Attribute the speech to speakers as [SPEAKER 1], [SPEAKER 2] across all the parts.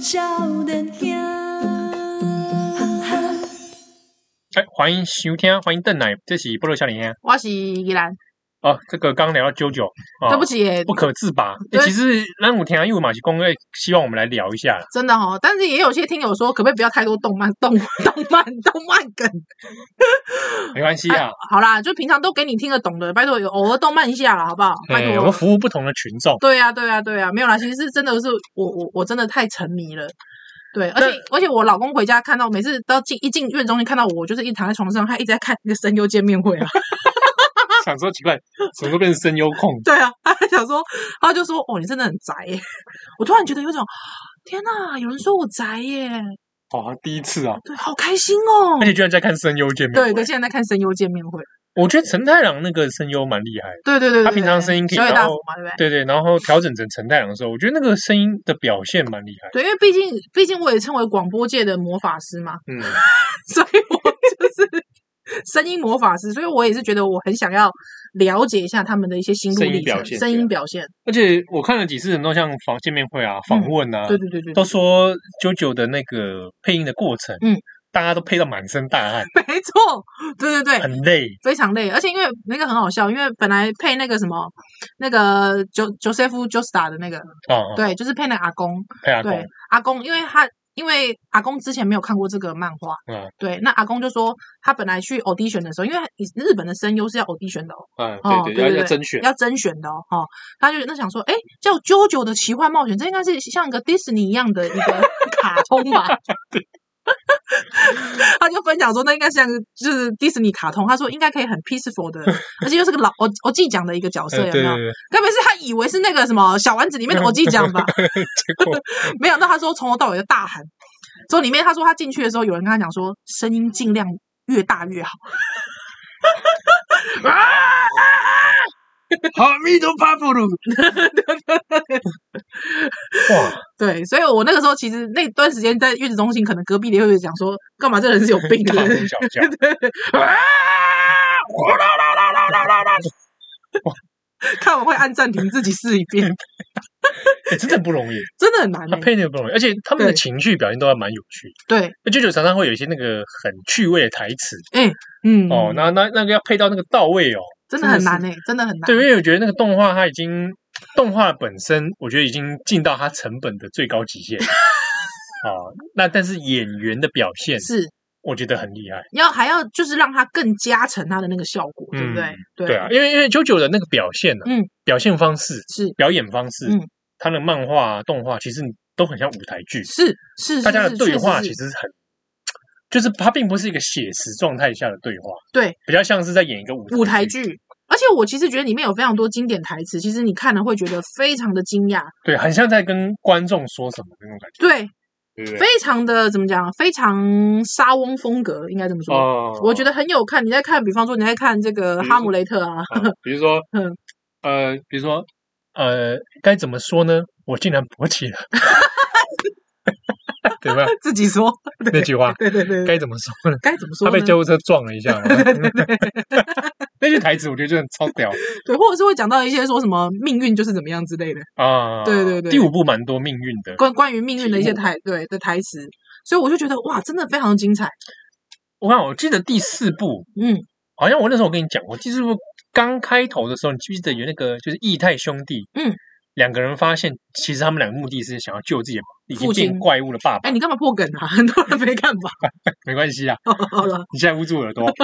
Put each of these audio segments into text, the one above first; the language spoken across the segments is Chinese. [SPEAKER 1] 少年兄，哈哈。
[SPEAKER 2] 哎，欢迎收听，欢迎邓奶，这是菠萝笑脸
[SPEAKER 3] 我是宜兰，
[SPEAKER 2] 哦。这个刚聊到啾啾，哦、
[SPEAKER 3] 对不起耶，
[SPEAKER 2] 不可自拔。哎
[SPEAKER 3] 对
[SPEAKER 2] 其实让我听啊，因为马戏公会希望我们来聊一下啦，
[SPEAKER 3] 真的哦。但是也有些听友说，可不可以不要太多动漫、 动动漫、动漫梗？哎
[SPEAKER 2] 没关系啊。
[SPEAKER 3] 好啦，就平常都给你听得懂的，拜托有偶尔动漫一下啦，好不好？拜
[SPEAKER 2] 哎，我
[SPEAKER 3] 托啊
[SPEAKER 2] 们。服务不同的群众。
[SPEAKER 3] 对呀、对呀、对呀、没有啦。其实是真的是我我我真的太沉迷了。对，而且而且我老公回家看到，每次到进一进院中心看到我，就是一躺在床上，他一直在看那个声优见面 会啊。
[SPEAKER 2] 想说奇怪，怎么都变成声优控？
[SPEAKER 3] 对啊，他还想说，他就说：“哦，你真的很宅耶！”我突然觉得有一种天哪，有人说我宅耶，
[SPEAKER 2] 哦，第一次 啊，
[SPEAKER 3] 对，好开心哦
[SPEAKER 2] 而。且居然在看声优见面。
[SPEAKER 3] 对对，现在在看声优见面会。
[SPEAKER 2] 我觉得陈太郎那个声优蛮厉害的。
[SPEAKER 3] 对对对，
[SPEAKER 2] 他
[SPEAKER 3] 对
[SPEAKER 2] 平
[SPEAKER 3] 对
[SPEAKER 2] 常声音可以哦
[SPEAKER 3] 小野
[SPEAKER 2] 然
[SPEAKER 3] 大
[SPEAKER 2] 后
[SPEAKER 3] 辅嘛，对不对？
[SPEAKER 2] 对对，然后调整成陈太郎的时候，我觉得那个声音的表现蛮厉害。
[SPEAKER 3] 对，因为毕竟毕竟我也称为广播界的魔法师嘛，
[SPEAKER 2] 嗯，
[SPEAKER 3] 所以我就是 声音魔法师，所以我也是觉得我很想要了解一下他们的一些心路
[SPEAKER 2] 声音
[SPEAKER 3] 历
[SPEAKER 2] 表
[SPEAKER 3] 程、
[SPEAKER 2] 现
[SPEAKER 3] 声
[SPEAKER 2] 对啊
[SPEAKER 3] 音表现。
[SPEAKER 2] 而且我看了几次很多像访见面会啊、访问啊，
[SPEAKER 3] 对对对对，
[SPEAKER 2] 都说九九的那个配音的过程，
[SPEAKER 3] 嗯，
[SPEAKER 2] 大家都配到满身大汗，
[SPEAKER 3] 没错，对对对。
[SPEAKER 2] 很累。
[SPEAKER 3] 非常累，而且因为那个很好笑，因为本来配那个什么，那个 Jo Joseph Joestar 的那个，
[SPEAKER 2] 哦，
[SPEAKER 3] 对，就是配那个阿公，
[SPEAKER 2] 配阿公
[SPEAKER 3] 对，阿公，因为他因为阿公之前没有看过这个漫画，
[SPEAKER 2] 嗯
[SPEAKER 3] 对，那阿公就说他本来去 audition 的时候，因为日本的声优是要 audition 的哦，
[SPEAKER 2] 嗯，
[SPEAKER 3] 哦
[SPEAKER 2] 对
[SPEAKER 3] 对对
[SPEAKER 2] 要要
[SPEAKER 3] 对
[SPEAKER 2] 甄选，
[SPEAKER 3] 要甄选的哦，哦他就那想说，哎，叫《JoJo 的奇幻冒险》，这应该是像个迪士尼一样的一个卡通吧？ 他就分享说，那应该像就是迪士尼卡通，他说应该可以很 peaceful 的，而且又是个老我我记讲的一个角 色，
[SPEAKER 2] 呃
[SPEAKER 3] 有没
[SPEAKER 2] 对对
[SPEAKER 3] 有？
[SPEAKER 2] 对，
[SPEAKER 3] 该不会是他以为是那个什么小丸子里面的我记讲吧？
[SPEAKER 2] 结果
[SPEAKER 3] 没想到他说从头到尾就大喊，之后里面他说他进去的时候，有人跟他讲说声音尽量越大越好。
[SPEAKER 2] 好密度帕布鲁，哇，
[SPEAKER 3] 对，所以我那个时候其实那段时间在月子中心，可能隔壁的会讲说，干嘛这人是有病
[SPEAKER 2] 大
[SPEAKER 3] 啊？
[SPEAKER 2] 呼小叫，
[SPEAKER 3] 看我会按暂停自己试一遍，
[SPEAKER 2] 哎真的不容易，
[SPEAKER 3] 真的很难
[SPEAKER 2] 他
[SPEAKER 3] 欸、
[SPEAKER 2] 配那个不容易，而且他们的
[SPEAKER 3] 对
[SPEAKER 2] 情绪表现都还蛮有趣的。
[SPEAKER 3] 对，
[SPEAKER 2] 那舅舅常常会有一些那个很趣味的台词
[SPEAKER 3] 嗯，
[SPEAKER 2] 哦，那那那个要配到那个到位哦，
[SPEAKER 3] 真的很难诶、真的很难。
[SPEAKER 2] 对，因为我觉得那个动画它已经动画本身，我觉得已经进到它成本的最高极限 啊、那但是演员的表现，
[SPEAKER 3] 是
[SPEAKER 2] 我觉得很厉害。
[SPEAKER 3] 要还要就是让它更加成它的那个效果，对不对？
[SPEAKER 2] 嗯
[SPEAKER 3] 对
[SPEAKER 2] 对啊，因为因为九九的那个表现呢、啊，
[SPEAKER 3] 嗯，
[SPEAKER 2] 表现方式、
[SPEAKER 3] 是
[SPEAKER 2] 表演方式
[SPEAKER 3] 嗯，
[SPEAKER 2] 它的漫画、啊、动画其实都很像舞台剧，
[SPEAKER 3] 是是，是
[SPEAKER 2] 大家的
[SPEAKER 3] 是
[SPEAKER 2] 对
[SPEAKER 3] 确
[SPEAKER 2] 话
[SPEAKER 3] 实
[SPEAKER 2] 其
[SPEAKER 3] 是
[SPEAKER 2] 实很。就是它并不是一个写实状态下的对话，
[SPEAKER 3] 对，
[SPEAKER 2] 比较像是在演一个舞
[SPEAKER 3] 舞台
[SPEAKER 2] 剧，
[SPEAKER 3] 剧。而且我其实觉得里面有非常多经典台词，其实你看了会觉得非常的惊讶，
[SPEAKER 2] 对，很像在跟观众说什么的那种感觉，对
[SPEAKER 3] 对，
[SPEAKER 2] 不对？
[SPEAKER 3] 非常的怎么讲，非常沙翁风格，应该这么说。
[SPEAKER 2] 哦
[SPEAKER 3] 我觉得很有看，你在看，比方说你在看这个
[SPEAKER 2] 比
[SPEAKER 3] 《
[SPEAKER 2] 如
[SPEAKER 3] 哈
[SPEAKER 2] 说
[SPEAKER 3] 姆雷特》啊，
[SPEAKER 2] 啊，比如说，
[SPEAKER 3] 嗯
[SPEAKER 2] 呃，比如说，呃，该怎么说呢？我竟然勃起 了，对吧？
[SPEAKER 3] 自己说，
[SPEAKER 2] 那句话
[SPEAKER 3] 对对对，对
[SPEAKER 2] 该怎么说呢？
[SPEAKER 3] 该怎么说
[SPEAKER 2] 他
[SPEAKER 3] 呢？
[SPEAKER 2] 被救护车撞了一下， 那句台词我觉得真的超 屌
[SPEAKER 3] 对，或者是会讲到一些说什么命运就是怎么样之类的，
[SPEAKER 2] 啊！
[SPEAKER 3] 对对对
[SPEAKER 2] 第五部蛮多命运的。
[SPEAKER 3] 关关于命运的一些
[SPEAKER 2] 题目
[SPEAKER 3] 台对的台词，所以我就觉得哇，真的非常精彩。
[SPEAKER 2] 我看我记得第四部，
[SPEAKER 3] 嗯，
[SPEAKER 2] 好像我那时候我跟你讲过，第四部刚开头的时候，你记不记得有那个就是义泰兄弟，
[SPEAKER 3] 嗯，
[SPEAKER 2] 两个人发现其实他们两个目的是想要救自己的已经
[SPEAKER 3] 父亲
[SPEAKER 2] 变怪物的爸爸，
[SPEAKER 3] 哎，你干嘛破梗啊？ 很多人没看吧？
[SPEAKER 2] 没关系啊，
[SPEAKER 3] 哦好了，
[SPEAKER 2] 你现在捂住耳 朵。哦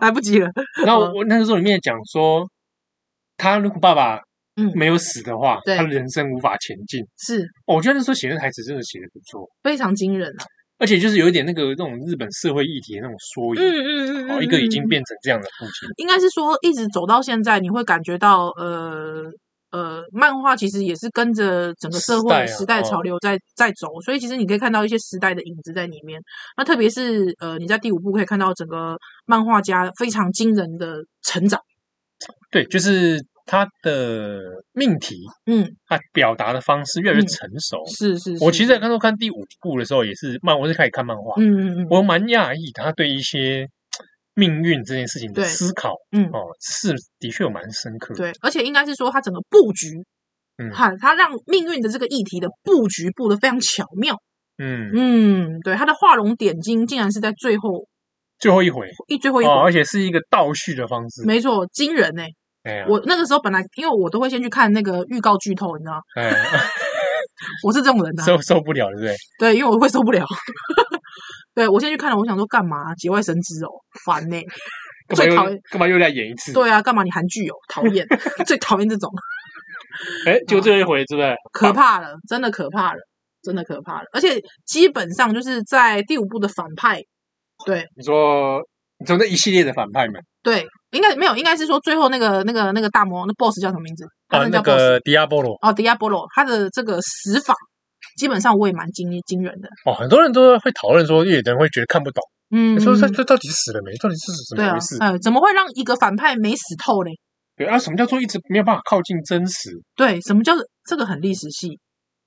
[SPEAKER 3] 来不及了。
[SPEAKER 2] 然后我我那个时候里面讲说，他如果爸爸
[SPEAKER 3] 嗯
[SPEAKER 2] 没有死的话，
[SPEAKER 3] 对
[SPEAKER 2] 他的人生无法前进。
[SPEAKER 3] 是
[SPEAKER 2] 哦我觉得那时候写的台词真的写的不错，
[SPEAKER 3] 非常惊人啊！
[SPEAKER 2] 而且就是有一点那个那种日本社会议题的那种缩影。
[SPEAKER 3] 嗯
[SPEAKER 2] 哦，一个已经变成这样的父亲，
[SPEAKER 3] 应该是说一直走到现在，你会感觉到呃呃，漫画其实也是跟着整个社
[SPEAKER 2] 时
[SPEAKER 3] 会
[SPEAKER 2] 代啊
[SPEAKER 3] 时代潮流在、在走，所以其实你可以看到一些时代的影子在里面。那特别是呃，你在第五部可以看到整个漫画家非常惊人的成长。
[SPEAKER 2] 对，就是他的命题，
[SPEAKER 3] 嗯，
[SPEAKER 2] 他表达的方式越来越
[SPEAKER 3] 嗯
[SPEAKER 2] 成熟。
[SPEAKER 3] 是是是
[SPEAKER 2] 我其实在看到看第五部的时候，也是漫，我是开始看漫画，
[SPEAKER 3] 嗯嗯嗯，
[SPEAKER 2] 我蛮讶异他对一些命运这件事情的
[SPEAKER 3] 对
[SPEAKER 2] 思考，
[SPEAKER 3] 嗯
[SPEAKER 2] 哦，是的确有蛮深刻的。
[SPEAKER 3] 对，而且应该是说它整个布局
[SPEAKER 2] 嗯
[SPEAKER 3] 哈，他让命运的这个议题的布局布的非常巧妙。
[SPEAKER 2] 嗯，
[SPEAKER 3] 嗯，对，他的画龙点睛竟然是在最后
[SPEAKER 2] 最后一回
[SPEAKER 3] 一最后一回，
[SPEAKER 2] 哦，而且是一个倒叙的方式。
[SPEAKER 3] 没错，惊人呢、欸
[SPEAKER 2] 哎呀，
[SPEAKER 3] 我那个时候本来因为我都会先去看那个预告剧透，你知道吗，
[SPEAKER 2] 哎，
[SPEAKER 3] 我是这种人的、
[SPEAKER 2] 受受不了，对不对？
[SPEAKER 3] 对，因为我会受不了。 对我先去看了，我想说干嘛节外生枝哦，烦 呢、最
[SPEAKER 2] 干嘛
[SPEAKER 3] 讨
[SPEAKER 2] 又
[SPEAKER 3] 厌
[SPEAKER 2] 干嘛又来演一次？
[SPEAKER 3] 对啊，干嘛你韩剧哦，讨 厌，最讨厌这种，
[SPEAKER 2] 哎，就这一回，对不对？
[SPEAKER 3] 可怕了，真的可怕了，真的可怕了。而且基本上就是在第五部的反派，对
[SPEAKER 2] 你说，你说那一系列的反派们
[SPEAKER 3] 对，应该没有，应该是说最后那个那个那个大魔那 boss 叫什么名字？他
[SPEAKER 2] 啊，
[SPEAKER 3] 真
[SPEAKER 2] 那
[SPEAKER 3] 的叫 boss
[SPEAKER 2] 个迪亚波罗
[SPEAKER 3] 哦，迪亚波罗，他的这个死法基本上我也蛮惊惊人的。
[SPEAKER 2] 哦，很多人都会讨论说，有的人会觉得看不懂，
[SPEAKER 3] 嗯，
[SPEAKER 2] 说他他到底死了没？到底是怎
[SPEAKER 3] 对
[SPEAKER 2] 么
[SPEAKER 3] 啊
[SPEAKER 2] 回事，？
[SPEAKER 3] 呃，怎么会让一个反派没死透嘞？
[SPEAKER 2] 对啊，什么叫做一直没有办法靠近真实？
[SPEAKER 3] 对，什么叫这个很历史系？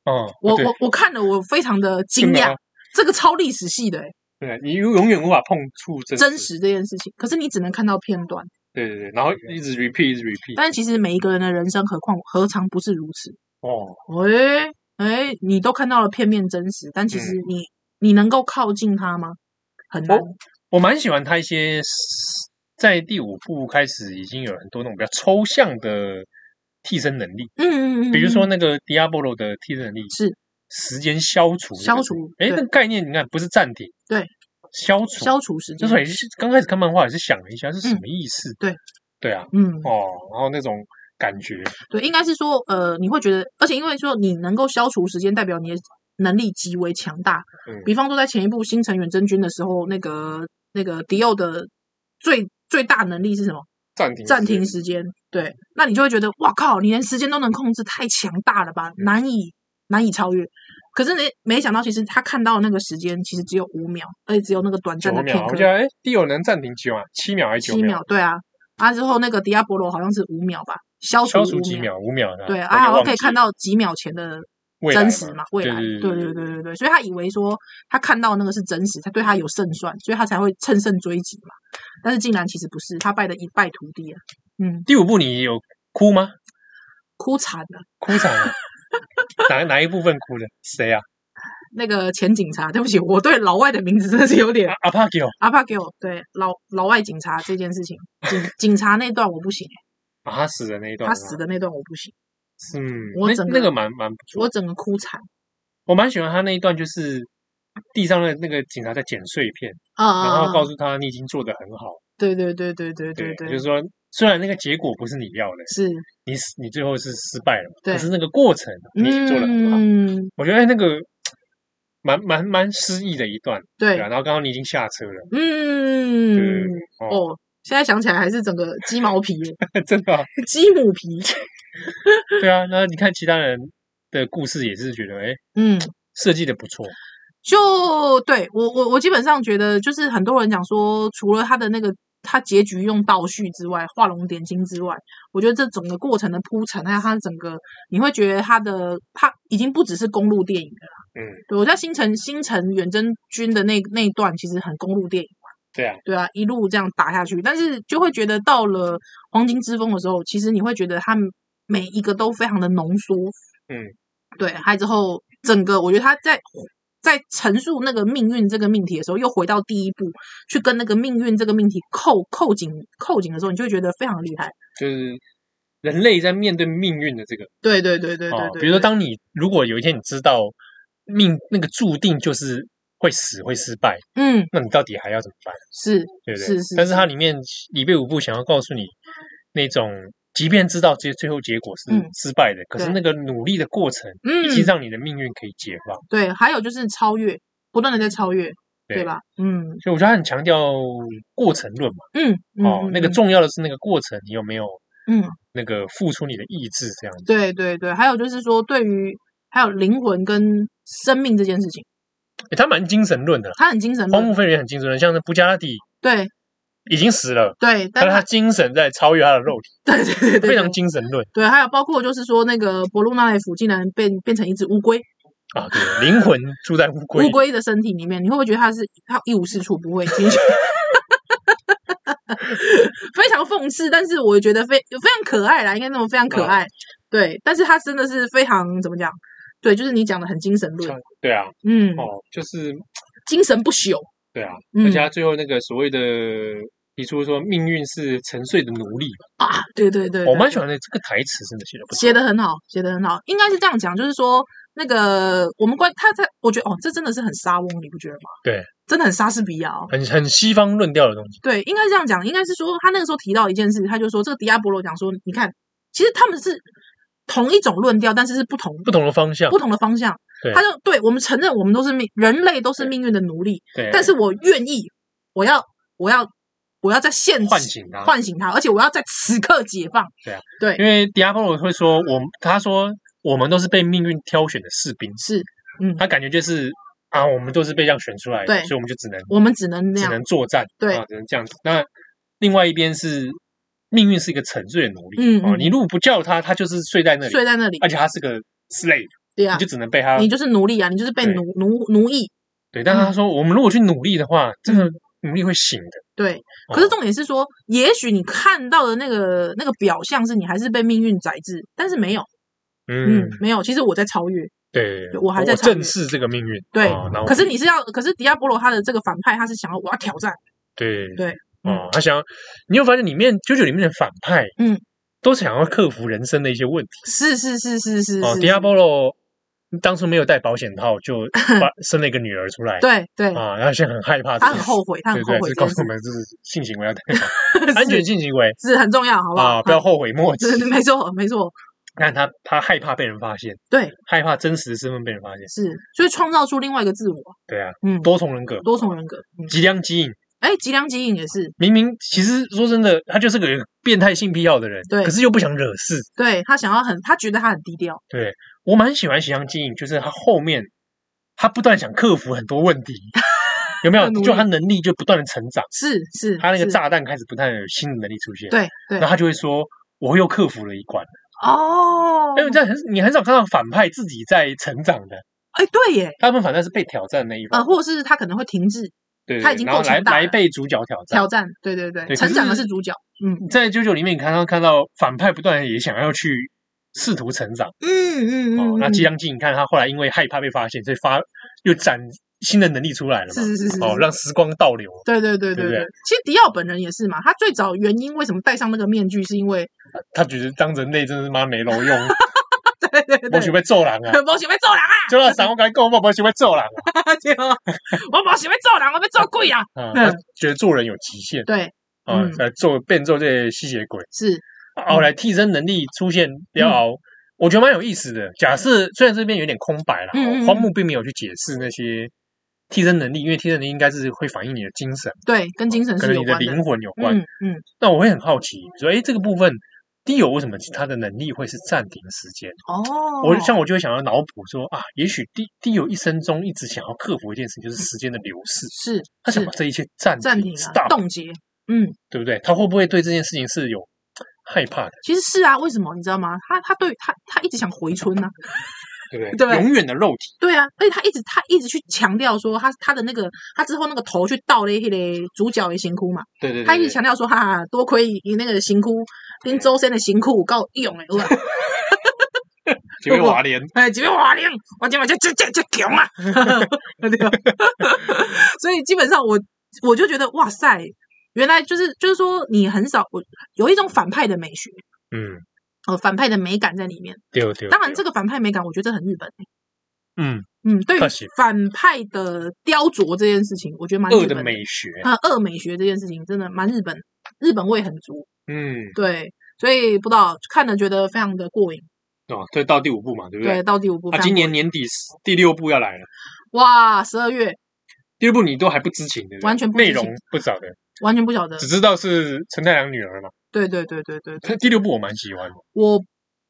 [SPEAKER 2] 哦，
[SPEAKER 3] 我
[SPEAKER 2] 对
[SPEAKER 3] 我我看了，我非常的
[SPEAKER 2] 真
[SPEAKER 3] 惊
[SPEAKER 2] 的
[SPEAKER 3] 讶
[SPEAKER 2] 啊，
[SPEAKER 3] 这个超历史系的、欸、
[SPEAKER 2] 对你永永远无法碰触真
[SPEAKER 3] 真，实这件事情，可是你只能看到片段。
[SPEAKER 2] 对对对，然后一直 repeat 一直 repeat，
[SPEAKER 3] 但是其实每一个人的人生，何况何尝不是如此？
[SPEAKER 2] 哦，
[SPEAKER 3] 喂、哎、你都看到了片面真实，但其实你、你能够靠近他吗？很难。
[SPEAKER 2] 嗯哦我蛮喜欢他一些在第五部开始已经有很多那种比较抽象的替身能力，
[SPEAKER 3] 嗯嗯嗯嗯，
[SPEAKER 2] 比如说
[SPEAKER 3] 嗯
[SPEAKER 2] 那个迪亚波罗的替身能力
[SPEAKER 3] 是
[SPEAKER 2] 时间消除那个，
[SPEAKER 3] 消除
[SPEAKER 2] 哎，
[SPEAKER 3] 对
[SPEAKER 2] 那个概念你看不是暂停，
[SPEAKER 3] 对，
[SPEAKER 2] 消除，
[SPEAKER 3] 消除时
[SPEAKER 2] 就
[SPEAKER 3] 间
[SPEAKER 2] 是，也是刚开始看漫画也是想了一下是什么意思，
[SPEAKER 3] 对，
[SPEAKER 2] 对啊，
[SPEAKER 3] 嗯，
[SPEAKER 2] 哦，然后那种感觉，
[SPEAKER 3] 对，应该是说，呃，你会觉得，而且因为说你能够消除时间，代表你的能力极为强大。
[SPEAKER 2] 嗯
[SPEAKER 3] 比方说，在前一部《星辰远征军》的时候，那个那个迪奥的最最大能力是什么？
[SPEAKER 2] 暂停，
[SPEAKER 3] 暂停，时间。对，那你就会觉得，哇靠，你连时间都能控制，太强大了
[SPEAKER 2] 嗯
[SPEAKER 3] 吧，难以难以超越。可是没没想到，其实他看到的那个时间其实只有五秒，而且只有那个短
[SPEAKER 2] 九
[SPEAKER 3] 暂的片
[SPEAKER 2] 秒，我
[SPEAKER 3] 刻
[SPEAKER 2] 觉，得哎，第九能暂停几秒啊？七秒还是九
[SPEAKER 3] 七秒。对啊，啊之后那个迪亚波罗好像是五秒吧，消除
[SPEAKER 2] 消除
[SPEAKER 3] 五
[SPEAKER 2] 几秒，五秒的，
[SPEAKER 3] 对，
[SPEAKER 2] 我
[SPEAKER 3] 啊，
[SPEAKER 2] 就
[SPEAKER 3] 好像
[SPEAKER 2] 忘
[SPEAKER 3] 可以
[SPEAKER 2] 记
[SPEAKER 3] 看到几秒前的
[SPEAKER 2] 未来
[SPEAKER 3] 真实嘛，未
[SPEAKER 2] 对
[SPEAKER 3] 来，
[SPEAKER 2] 对
[SPEAKER 3] 对
[SPEAKER 2] 对对
[SPEAKER 3] 对对对对，所以他以为说他看到那个是真实，他对他有胜算，所以他才会乘胜追击嘛。但是竟然其实不是，他败得一败涂地啊，嗯，
[SPEAKER 2] 第五部你有哭吗？
[SPEAKER 3] 哭惨了。
[SPEAKER 2] 哭惨 了，哪哪一部分哭的？谁啊？
[SPEAKER 3] 那个前警察，对不起，我对老外的名字真的是有点
[SPEAKER 2] 阿阿帕给我
[SPEAKER 3] 阿怕给我对老老外警察这件事情，警警察那段我不 行，
[SPEAKER 2] 啊，他死的那一段，
[SPEAKER 3] 他死，的那段我不行，
[SPEAKER 2] 嗯，
[SPEAKER 3] 我
[SPEAKER 2] 那
[SPEAKER 3] 整
[SPEAKER 2] 那
[SPEAKER 3] 个
[SPEAKER 2] 个蛮蛮，
[SPEAKER 3] 我整个哭惨
[SPEAKER 2] 我蛮喜欢他那一段，就是地上的那个警察在捡碎片，
[SPEAKER 3] 啊
[SPEAKER 2] 然
[SPEAKER 3] 啊！
[SPEAKER 2] 后告
[SPEAKER 3] 啊
[SPEAKER 2] 诉他你已经做得很好，
[SPEAKER 3] 对对对对对对对，
[SPEAKER 2] 就是说虽然那个结果不是你要的，
[SPEAKER 3] 是
[SPEAKER 2] 你死你最后是失败了，
[SPEAKER 3] 对
[SPEAKER 2] 可是那个过程你已经做得很好，
[SPEAKER 3] 嗯，
[SPEAKER 2] 我觉得那个蛮蛮蛮诗意的一段，
[SPEAKER 3] 对
[SPEAKER 2] 对，啊，然后刚刚你已经下车了，
[SPEAKER 3] 嗯，
[SPEAKER 2] 哦，
[SPEAKER 3] 哦，现在想起来还是整个鸡毛皮 耶，
[SPEAKER 2] 真的啊。
[SPEAKER 3] 鸡母皮。
[SPEAKER 2] 对啊，那你看其他人的故事也是觉得，哎，
[SPEAKER 3] 嗯，
[SPEAKER 2] 设计的不错，
[SPEAKER 3] 就对我我我基本上觉得，就是很多人讲说，除了他的那个他结局用倒叙之外，画龙点睛之外，我觉得这整个过程的铺陈，还有他整个，你会觉得他的他已经不只是公路电影
[SPEAKER 2] 嗯，
[SPEAKER 3] 了。对，我在新城新城远征军的那那一段，其实很公路电影。
[SPEAKER 2] 对啊，
[SPEAKER 3] 对啊，一路这样打下去，但是就会觉得到了黄金之风的时候，其实你会觉得他们每一个都非常的浓缩，
[SPEAKER 2] 嗯，
[SPEAKER 3] 对，还有之后整个我觉得他在在陈述那个命运这个命题的时候，又回到第一步去跟那个命运这个命题扣扣紧扣紧的时候，你就会觉得非常厉害。
[SPEAKER 2] 就是人类在面对命运的这个
[SPEAKER 3] 对对对对对
[SPEAKER 2] 啊，
[SPEAKER 3] 对，
[SPEAKER 2] 比如说，当你如果有一天你知道命那个注定就是会死会失败，
[SPEAKER 3] 嗯
[SPEAKER 2] 那你到底还要怎么办？
[SPEAKER 3] 是
[SPEAKER 2] 对不对？
[SPEAKER 3] 是是
[SPEAKER 2] 但是它
[SPEAKER 3] 是
[SPEAKER 2] 里面里贝五部想要告诉你那种。即便知道最最后结果是
[SPEAKER 3] 嗯
[SPEAKER 2] 失败的，可是那
[SPEAKER 3] 对
[SPEAKER 2] 个努力的过程，
[SPEAKER 3] 嗯
[SPEAKER 2] 以及让你的命运可以解放。
[SPEAKER 3] 对，还有就是超越，不断的在超越，
[SPEAKER 2] 对
[SPEAKER 3] 对吧？嗯
[SPEAKER 2] 所以我觉得他很强调过程论嘛，
[SPEAKER 3] 嗯嗯
[SPEAKER 2] 哦，
[SPEAKER 3] 嗯
[SPEAKER 2] 那个
[SPEAKER 3] 嗯
[SPEAKER 2] 重要的是那个过程，你有没有
[SPEAKER 3] 嗯
[SPEAKER 2] 那个付出你的意志这样子。
[SPEAKER 3] 对对对，还有就是说，对于还有灵魂跟生命这件事情，
[SPEAKER 2] 诶他蛮精神论的啦，
[SPEAKER 3] 他很精神
[SPEAKER 2] 荒木
[SPEAKER 3] 论，
[SPEAKER 2] 飞人也很精神论，像是布加拉蒂
[SPEAKER 3] 对
[SPEAKER 2] 已经死了，
[SPEAKER 3] 对，
[SPEAKER 2] 但
[SPEAKER 3] 但
[SPEAKER 2] 是他
[SPEAKER 3] 他
[SPEAKER 2] 精神在超越他的肉体，
[SPEAKER 3] 对对对对对
[SPEAKER 2] 非常精神论
[SPEAKER 3] 对，还有包括就是说，那个博鲁纳雷夫竟然变变成一只乌龟，
[SPEAKER 2] 啊，对，灵魂住在乌龟
[SPEAKER 3] 乌
[SPEAKER 2] 里，
[SPEAKER 3] 龟的身体里面，你会不会觉得它是它一无是处，不会进去？
[SPEAKER 2] 啊
[SPEAKER 3] 非常讽刺，但是我觉得非非常可爱啦，应该那种非常可爱。对，但是他真的是非常怎么讲？对，就是你讲的很精神论，
[SPEAKER 2] 对啊，
[SPEAKER 3] 嗯，
[SPEAKER 2] 哦，就是
[SPEAKER 3] 精神不朽，
[SPEAKER 2] 对啊，
[SPEAKER 3] 嗯
[SPEAKER 2] 而且他最后那个所谓的提出说命运是沉睡的奴隶，哦
[SPEAKER 3] 啊，对对对，
[SPEAKER 2] 我
[SPEAKER 3] 对
[SPEAKER 2] 蛮喜欢的这个台词，真的写的不错
[SPEAKER 3] 写的很好，写的很好，应该是这样讲，就是说那个我们关他在，我觉得哦，这真的是很莎翁，你不觉得吗？
[SPEAKER 2] 对，
[SPEAKER 3] 真的很莎士比亚、哦。
[SPEAKER 2] 很很西方论调的东西。
[SPEAKER 3] 对，应该是这样讲，应该是说他那个时候提到一件事，他就说这个迪亚波罗讲说，你看，其实他们是同一种论调，但是是不同
[SPEAKER 2] 不同的方向
[SPEAKER 3] 不，同的方向
[SPEAKER 2] 对。
[SPEAKER 3] 他就对我们承认，我们都是命，人类都是命运的奴隶，
[SPEAKER 2] 对，
[SPEAKER 3] 但是我愿意，我要，我要，我要在现
[SPEAKER 2] 唤
[SPEAKER 3] 实
[SPEAKER 2] 醒他，
[SPEAKER 3] 唤醒他，而且我要在此刻解放。
[SPEAKER 2] 对啊，
[SPEAKER 3] 对
[SPEAKER 2] 因，为迪亚波罗会说，我他说我们都是被命运挑选的士兵，
[SPEAKER 3] 是，嗯，
[SPEAKER 2] 他感觉就是啊，我们都是被这样选出来的，
[SPEAKER 3] 对
[SPEAKER 2] 所以我们就只能
[SPEAKER 3] 我们只能那
[SPEAKER 2] 只
[SPEAKER 3] 样。
[SPEAKER 2] 能作战，
[SPEAKER 3] 对
[SPEAKER 2] 啊，只能这样子。那另外一边是命运是一个沉睡的奴隶，
[SPEAKER 3] 嗯
[SPEAKER 2] 哦，
[SPEAKER 3] 嗯
[SPEAKER 2] 你如果不叫他，他就是睡在那里，
[SPEAKER 3] 睡在那里，
[SPEAKER 2] 而且他是个 slave，
[SPEAKER 3] 对啊
[SPEAKER 2] 你就，只能被他
[SPEAKER 3] 你就是嗯奴隶啊，你就是被
[SPEAKER 2] 对
[SPEAKER 3] 奴奴奴役。
[SPEAKER 2] 对。但是他说，我们如果去努力的话，这
[SPEAKER 3] 嗯
[SPEAKER 2] 个努力会醒的。
[SPEAKER 3] 对，
[SPEAKER 2] 哦
[SPEAKER 3] 可是重点是说，也许你看到的那个那个表象是你还是被命运宰制，但是没有，嗯，
[SPEAKER 2] 嗯，
[SPEAKER 3] 没有，其实我在超越。
[SPEAKER 2] 对，
[SPEAKER 3] 我还在超越
[SPEAKER 2] 正视这个命运，
[SPEAKER 3] 对
[SPEAKER 2] 哦然后
[SPEAKER 3] 可是你是要，可是迪亚波罗他的这个反派，他是想要我要挑战，
[SPEAKER 2] 对
[SPEAKER 3] 对
[SPEAKER 2] 哦，他想要，你会发现里面九九里面的反派，
[SPEAKER 3] 嗯，
[SPEAKER 2] 都想要克服人生的一些问题。
[SPEAKER 3] 是是是是是
[SPEAKER 2] 哦，
[SPEAKER 3] 是，
[SPEAKER 2] 迪亚波罗当初没有戴保险套，就 把生了一个女儿出来，
[SPEAKER 3] 对对，
[SPEAKER 2] 啊，然后现在很害怕，
[SPEAKER 3] 他很后悔，他
[SPEAKER 2] 对
[SPEAKER 3] 很后
[SPEAKER 2] 对，
[SPEAKER 3] 悔
[SPEAKER 2] 是
[SPEAKER 3] 这
[SPEAKER 2] 告
[SPEAKER 3] 件
[SPEAKER 2] 诉我，
[SPEAKER 3] 事
[SPEAKER 2] 们就是性行为要 戴保险安全性行为
[SPEAKER 3] 是很重要，好不好？嗯
[SPEAKER 2] 啊，不要后悔莫及。
[SPEAKER 3] 是，没错没错，
[SPEAKER 2] 但他他害怕被人发现，
[SPEAKER 3] 对，
[SPEAKER 2] 害怕真实的身份被人发现，
[SPEAKER 3] 是，所以创造出另外一个自我，
[SPEAKER 2] 对啊，
[SPEAKER 3] 嗯，
[SPEAKER 2] 多重人格，
[SPEAKER 3] 多重人格，嗯，
[SPEAKER 2] 即量基因。
[SPEAKER 3] 哎，吉良吉影也是，
[SPEAKER 2] 明明其实说真的，他就是个有变态性癖好的人，
[SPEAKER 3] 对
[SPEAKER 2] 可是又不想惹事，
[SPEAKER 3] 对他想要很，他觉得他很低调，
[SPEAKER 2] 对我蛮喜欢《喜羊基影》，就是他后面他不断想克服很多问题，有没有
[SPEAKER 3] 很努？力
[SPEAKER 2] 就他能力就不断的成长，
[SPEAKER 3] 是是，
[SPEAKER 2] 他那个
[SPEAKER 3] 是，
[SPEAKER 2] 炸弹开始不断地有新的能力出现，，
[SPEAKER 3] 对对
[SPEAKER 2] 然后，他就会说。我又克服了一关，
[SPEAKER 3] 哦，
[SPEAKER 2] 因为这很你很少看到反派自己在成长的，
[SPEAKER 3] 哎，对耶，
[SPEAKER 2] 大部分反派是被挑战的那一
[SPEAKER 3] 呃，
[SPEAKER 2] 方，
[SPEAKER 3] 或者是他可能会停滞
[SPEAKER 2] 对，对
[SPEAKER 3] 他已经
[SPEAKER 2] 然后
[SPEAKER 3] 够
[SPEAKER 2] 来
[SPEAKER 3] 强大了
[SPEAKER 2] 来被主角挑战。
[SPEAKER 3] 挑战，对对对
[SPEAKER 2] 对，可
[SPEAKER 3] 成长的
[SPEAKER 2] 是
[SPEAKER 3] 是主角，嗯
[SPEAKER 2] 在九九里面，你看到看到反派不断地也想要去试图成长，
[SPEAKER 3] 嗯嗯
[SPEAKER 2] 哦，
[SPEAKER 3] 嗯，
[SPEAKER 2] 那
[SPEAKER 3] 嗯
[SPEAKER 2] 激将剂，你看他后来因为害怕被发现，所以发又展新的能力出来了嘛，
[SPEAKER 3] 是是是是
[SPEAKER 2] 哦，
[SPEAKER 3] 是
[SPEAKER 2] 让时光倒流，
[SPEAKER 3] 对对
[SPEAKER 2] 对
[SPEAKER 3] 对对
[SPEAKER 2] 不
[SPEAKER 3] 对
[SPEAKER 2] 对，
[SPEAKER 3] 其实迪奥本人也是嘛，他最早原因为什么戴上那个面具，是 因为
[SPEAKER 2] 他觉得当人类真是妈没路 用，
[SPEAKER 3] 对对对，
[SPEAKER 2] 我想要做人啊，
[SPEAKER 3] 无想要做人啊，
[SPEAKER 2] 就那三我跟你讲，我无想要做人
[SPEAKER 3] 对啊，我无想要做人，我要做鬼啊，
[SPEAKER 2] 啊，啊
[SPEAKER 3] 嗯
[SPEAKER 2] 他觉得做人有极限
[SPEAKER 3] 对，
[SPEAKER 2] 啊
[SPEAKER 3] 嗯，
[SPEAKER 2] 呃做变做这些吸血鬼，
[SPEAKER 3] 是，
[SPEAKER 2] 啊后来替身能力出现
[SPEAKER 3] 嗯
[SPEAKER 2] 要熬。我觉得蛮有意思的。假设虽然这边有点空白啦，哦
[SPEAKER 3] 嗯嗯嗯
[SPEAKER 2] 荒木并没有去解释那些替身能力，因为替身能力应该是会反映你的精神，
[SPEAKER 3] 对，跟精神
[SPEAKER 2] 可
[SPEAKER 3] 是
[SPEAKER 2] 能
[SPEAKER 3] 有
[SPEAKER 2] 你的
[SPEAKER 3] 关的，
[SPEAKER 2] 灵魂有关。
[SPEAKER 3] 嗯嗯，
[SPEAKER 2] 那我会很好奇，说，哎，这个部分低友为什么他的能力会是暂停时间？
[SPEAKER 3] 哦，
[SPEAKER 2] 我像我就会想要脑补说啊，也许低低友一生中一直想要克服一件事，就是时间的流逝，
[SPEAKER 3] 是
[SPEAKER 2] 他想
[SPEAKER 3] 嗯是
[SPEAKER 2] 把这一切暂
[SPEAKER 3] 暂
[SPEAKER 2] 停
[SPEAKER 3] 停啊，
[SPEAKER 2] stop，
[SPEAKER 3] 冻结，嗯。
[SPEAKER 2] 对不对？他会不会对这件事情是有害怕的，
[SPEAKER 3] 其实是啊，为什么你知道吗？他他对他他一直想回春呐、啊，
[SPEAKER 2] 对不对？
[SPEAKER 3] 对
[SPEAKER 2] 永远的肉体，
[SPEAKER 3] 对啊，而且他一直他一直去强调说他他的那个他之后那个头去倒了一个主角的辛苦嘛，
[SPEAKER 2] 对对对
[SPEAKER 3] 他一直强调说哈哈，多亏你那个辛苦跟周深的辛苦有够用的，有 吧？
[SPEAKER 2] 结果瓦莲，
[SPEAKER 3] 哎，这边华玲，我今晚就就就就穷啊， 对啊， 所以基本上我我就觉得哇塞，原来就是就是说你很少我有一种反派的美学，
[SPEAKER 2] 嗯，
[SPEAKER 3] 呃，反派的美感在里面。
[SPEAKER 2] 对哦对，
[SPEAKER 3] 当然，这个反派美感，我觉得这很日本。欸
[SPEAKER 2] 嗯，
[SPEAKER 3] 嗯，对于
[SPEAKER 2] 确实
[SPEAKER 3] 反派的雕琢这件事情，我觉得蛮
[SPEAKER 2] 恶
[SPEAKER 3] 日
[SPEAKER 2] 的
[SPEAKER 3] 本
[SPEAKER 2] 美 学，
[SPEAKER 3] 啊，恶美学这件事情真的蛮日本，日本味很足。
[SPEAKER 2] 嗯，
[SPEAKER 3] 对，所以不知道看了觉得非常的过瘾。
[SPEAKER 2] 哦，这到第五部嘛，对不
[SPEAKER 3] 对，
[SPEAKER 2] 对？
[SPEAKER 3] 到第五部，
[SPEAKER 2] 啊，
[SPEAKER 3] 非常
[SPEAKER 2] 今
[SPEAKER 3] 过
[SPEAKER 2] 年
[SPEAKER 3] 瘾
[SPEAKER 2] 年底第六部要来了，
[SPEAKER 3] 哇，十二月
[SPEAKER 2] 第六部你都还不知情的，对对
[SPEAKER 3] 完全不知
[SPEAKER 2] 内
[SPEAKER 3] 情
[SPEAKER 2] 容不少的。
[SPEAKER 3] 完全不晓得
[SPEAKER 2] 只。知道是陈太郎女儿嘛。
[SPEAKER 3] 对对对对对，对
[SPEAKER 2] 可第六部我蛮喜欢的，
[SPEAKER 3] 我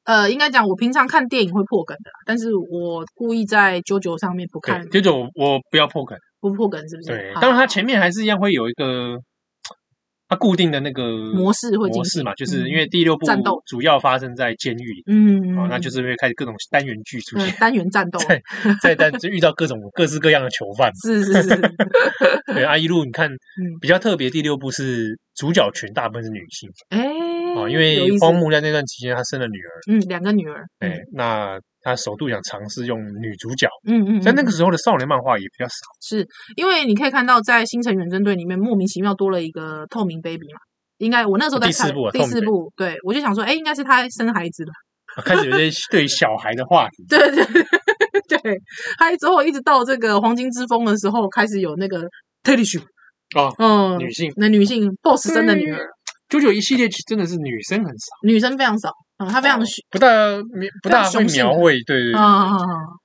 [SPEAKER 3] 呃，应该讲我平常看电影会破梗的，但是我故意在九九上面不看
[SPEAKER 2] 对，第九我我不要破梗。
[SPEAKER 3] 不破梗，是不是？
[SPEAKER 2] 对，
[SPEAKER 3] 好
[SPEAKER 2] 当然它
[SPEAKER 3] 好
[SPEAKER 2] 前面还是一样会有一个它固定的那个
[SPEAKER 3] 模式会进
[SPEAKER 2] 模式
[SPEAKER 3] 行
[SPEAKER 2] 嘛，就是
[SPEAKER 3] 嗯
[SPEAKER 2] 因为第六部
[SPEAKER 3] 战斗
[SPEAKER 2] 主要发生在监狱里，
[SPEAKER 3] 嗯，
[SPEAKER 2] 啊，
[SPEAKER 3] 嗯
[SPEAKER 2] 那就
[SPEAKER 3] 嗯
[SPEAKER 2] 是会开始各种单元剧出
[SPEAKER 3] 嗯
[SPEAKER 2] 现，
[SPEAKER 3] 单元战斗，
[SPEAKER 2] 对在但就遇到各种各式各样的囚犯。
[SPEAKER 3] 是是是，
[SPEAKER 2] 对啊，一路你看
[SPEAKER 3] 嗯，
[SPEAKER 2] 比较特别，第六部是主角群大部分是女性，
[SPEAKER 3] 哎，
[SPEAKER 2] 啊，
[SPEAKER 3] 嗯
[SPEAKER 2] 因
[SPEAKER 3] 有
[SPEAKER 2] 为
[SPEAKER 3] 意思
[SPEAKER 2] 荒木在那段期间他生了女儿，
[SPEAKER 3] 嗯，两个女儿，嗯
[SPEAKER 2] 哎，那他首度想尝试用女主角，
[SPEAKER 3] 嗯嗯，
[SPEAKER 2] 在那
[SPEAKER 3] 嗯
[SPEAKER 2] 个时候的少年漫画也比较少，
[SPEAKER 3] 是因为你可以看到，在《星辰远征队》里面莫名其妙多了一个透明 baby 嘛。应该我那时候在
[SPEAKER 2] 第四
[SPEAKER 3] 看
[SPEAKER 2] 部啊
[SPEAKER 3] 第
[SPEAKER 2] 透明
[SPEAKER 3] 四
[SPEAKER 2] baby
[SPEAKER 3] 部，对我就想说，哎，应该是他生孩子了。
[SPEAKER 2] 啊开始有些对于小孩的话题，
[SPEAKER 3] 对对对，还之后一直到这个黄金之风的时候，开始有那个 t e l i s h
[SPEAKER 2] 哦，
[SPEAKER 3] 嗯，
[SPEAKER 2] 女性
[SPEAKER 3] 那女性 boss 生的女儿，
[SPEAKER 2] 九九一系列真的是女生很少，
[SPEAKER 3] 女生非常少，嗯，她非常
[SPEAKER 2] 哦
[SPEAKER 3] 虚，
[SPEAKER 2] 不大不大会
[SPEAKER 3] 雄性
[SPEAKER 2] 描绘，对对对，
[SPEAKER 3] 啊，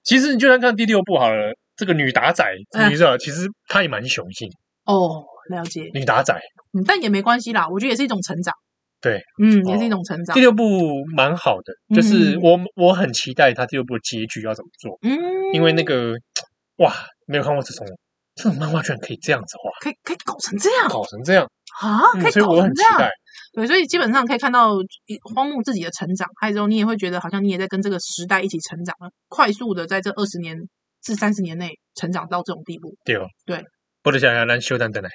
[SPEAKER 2] 其实你就算看第六部好了，这个女打仔，
[SPEAKER 3] 嗯
[SPEAKER 2] 你知道，其实她也蛮雄性，
[SPEAKER 3] 哦，了解，
[SPEAKER 2] 女打仔。
[SPEAKER 3] 嗯，但也没关系啦，我觉得也是一种成长，
[SPEAKER 2] 对，
[SPEAKER 3] 嗯，也是
[SPEAKER 2] 哦
[SPEAKER 3] 一种成长
[SPEAKER 2] 第，六部蛮好的，就是
[SPEAKER 3] 嗯
[SPEAKER 2] 我我很期待她第六部的结局要怎么做，
[SPEAKER 3] 嗯，
[SPEAKER 2] 因为那个哇，没有看过这种这种漫画居然可以这样子画，
[SPEAKER 3] 可以可以搞成这样
[SPEAKER 2] 搞成这样，
[SPEAKER 3] 啊，可
[SPEAKER 2] 嗯，
[SPEAKER 3] 以
[SPEAKER 2] 所以
[SPEAKER 3] 搞
[SPEAKER 2] 我
[SPEAKER 3] 成
[SPEAKER 2] 很期
[SPEAKER 3] 这样
[SPEAKER 2] 待，。
[SPEAKER 3] 对，所以基本上可以看到一荒木自己的成长，还有之后你也会觉得好像你也在跟这个时代一起成长了，快速的在这二十年至三十年内成长到这种地步。
[SPEAKER 2] 对哦，
[SPEAKER 3] 对，
[SPEAKER 2] 我就想要咱休蛋等来。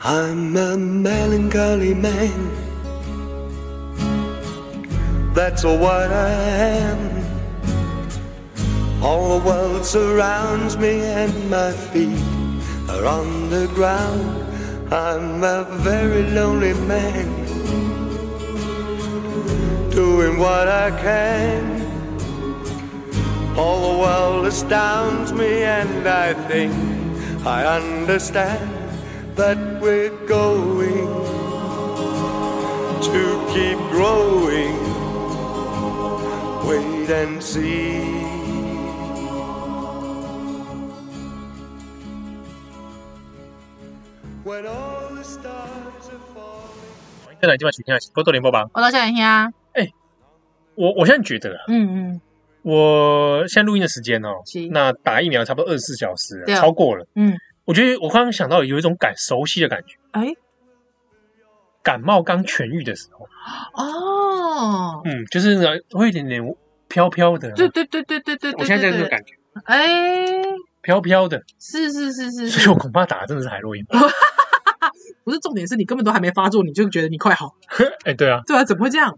[SPEAKER 4] I'm a melancholy man. That's what I am. All the world surrounds me and my feet are on the ground. I'm a very lonely man. Doing what I can. All the world astounds me and I think I understand that we're going to keep growing. Wait and see. When all the stars are falling.
[SPEAKER 2] 再来今晚去听下，波多连播吧。
[SPEAKER 3] 我到现在听啊，
[SPEAKER 2] 我我现在觉得啊，
[SPEAKER 3] 嗯嗯
[SPEAKER 2] 我现在录音的时间哦
[SPEAKER 3] 是，
[SPEAKER 2] 那打疫苗差不多二十四小时了
[SPEAKER 3] 对啊
[SPEAKER 2] 超过了。
[SPEAKER 3] 嗯，
[SPEAKER 2] 我觉得我刚刚想到有一种感熟悉的感觉，
[SPEAKER 3] 哎
[SPEAKER 2] 感冒刚痊愈的时候，
[SPEAKER 3] 哦，
[SPEAKER 2] 嗯，就是呢会有一点点飘飘的。啊
[SPEAKER 3] 对对对对对对对，
[SPEAKER 2] 我现在在这
[SPEAKER 3] 对
[SPEAKER 2] 个，感觉，
[SPEAKER 3] 对哎，
[SPEAKER 2] 飘飘 的，
[SPEAKER 3] 是是是是
[SPEAKER 2] 所以
[SPEAKER 3] 是，
[SPEAKER 2] 我恐怕打的真的是海洛 因吧。
[SPEAKER 3] 不是重点是你根本都还没发作，你就觉得你快好，
[SPEAKER 2] 哎，对啊，
[SPEAKER 3] 对啊，怎么会这样？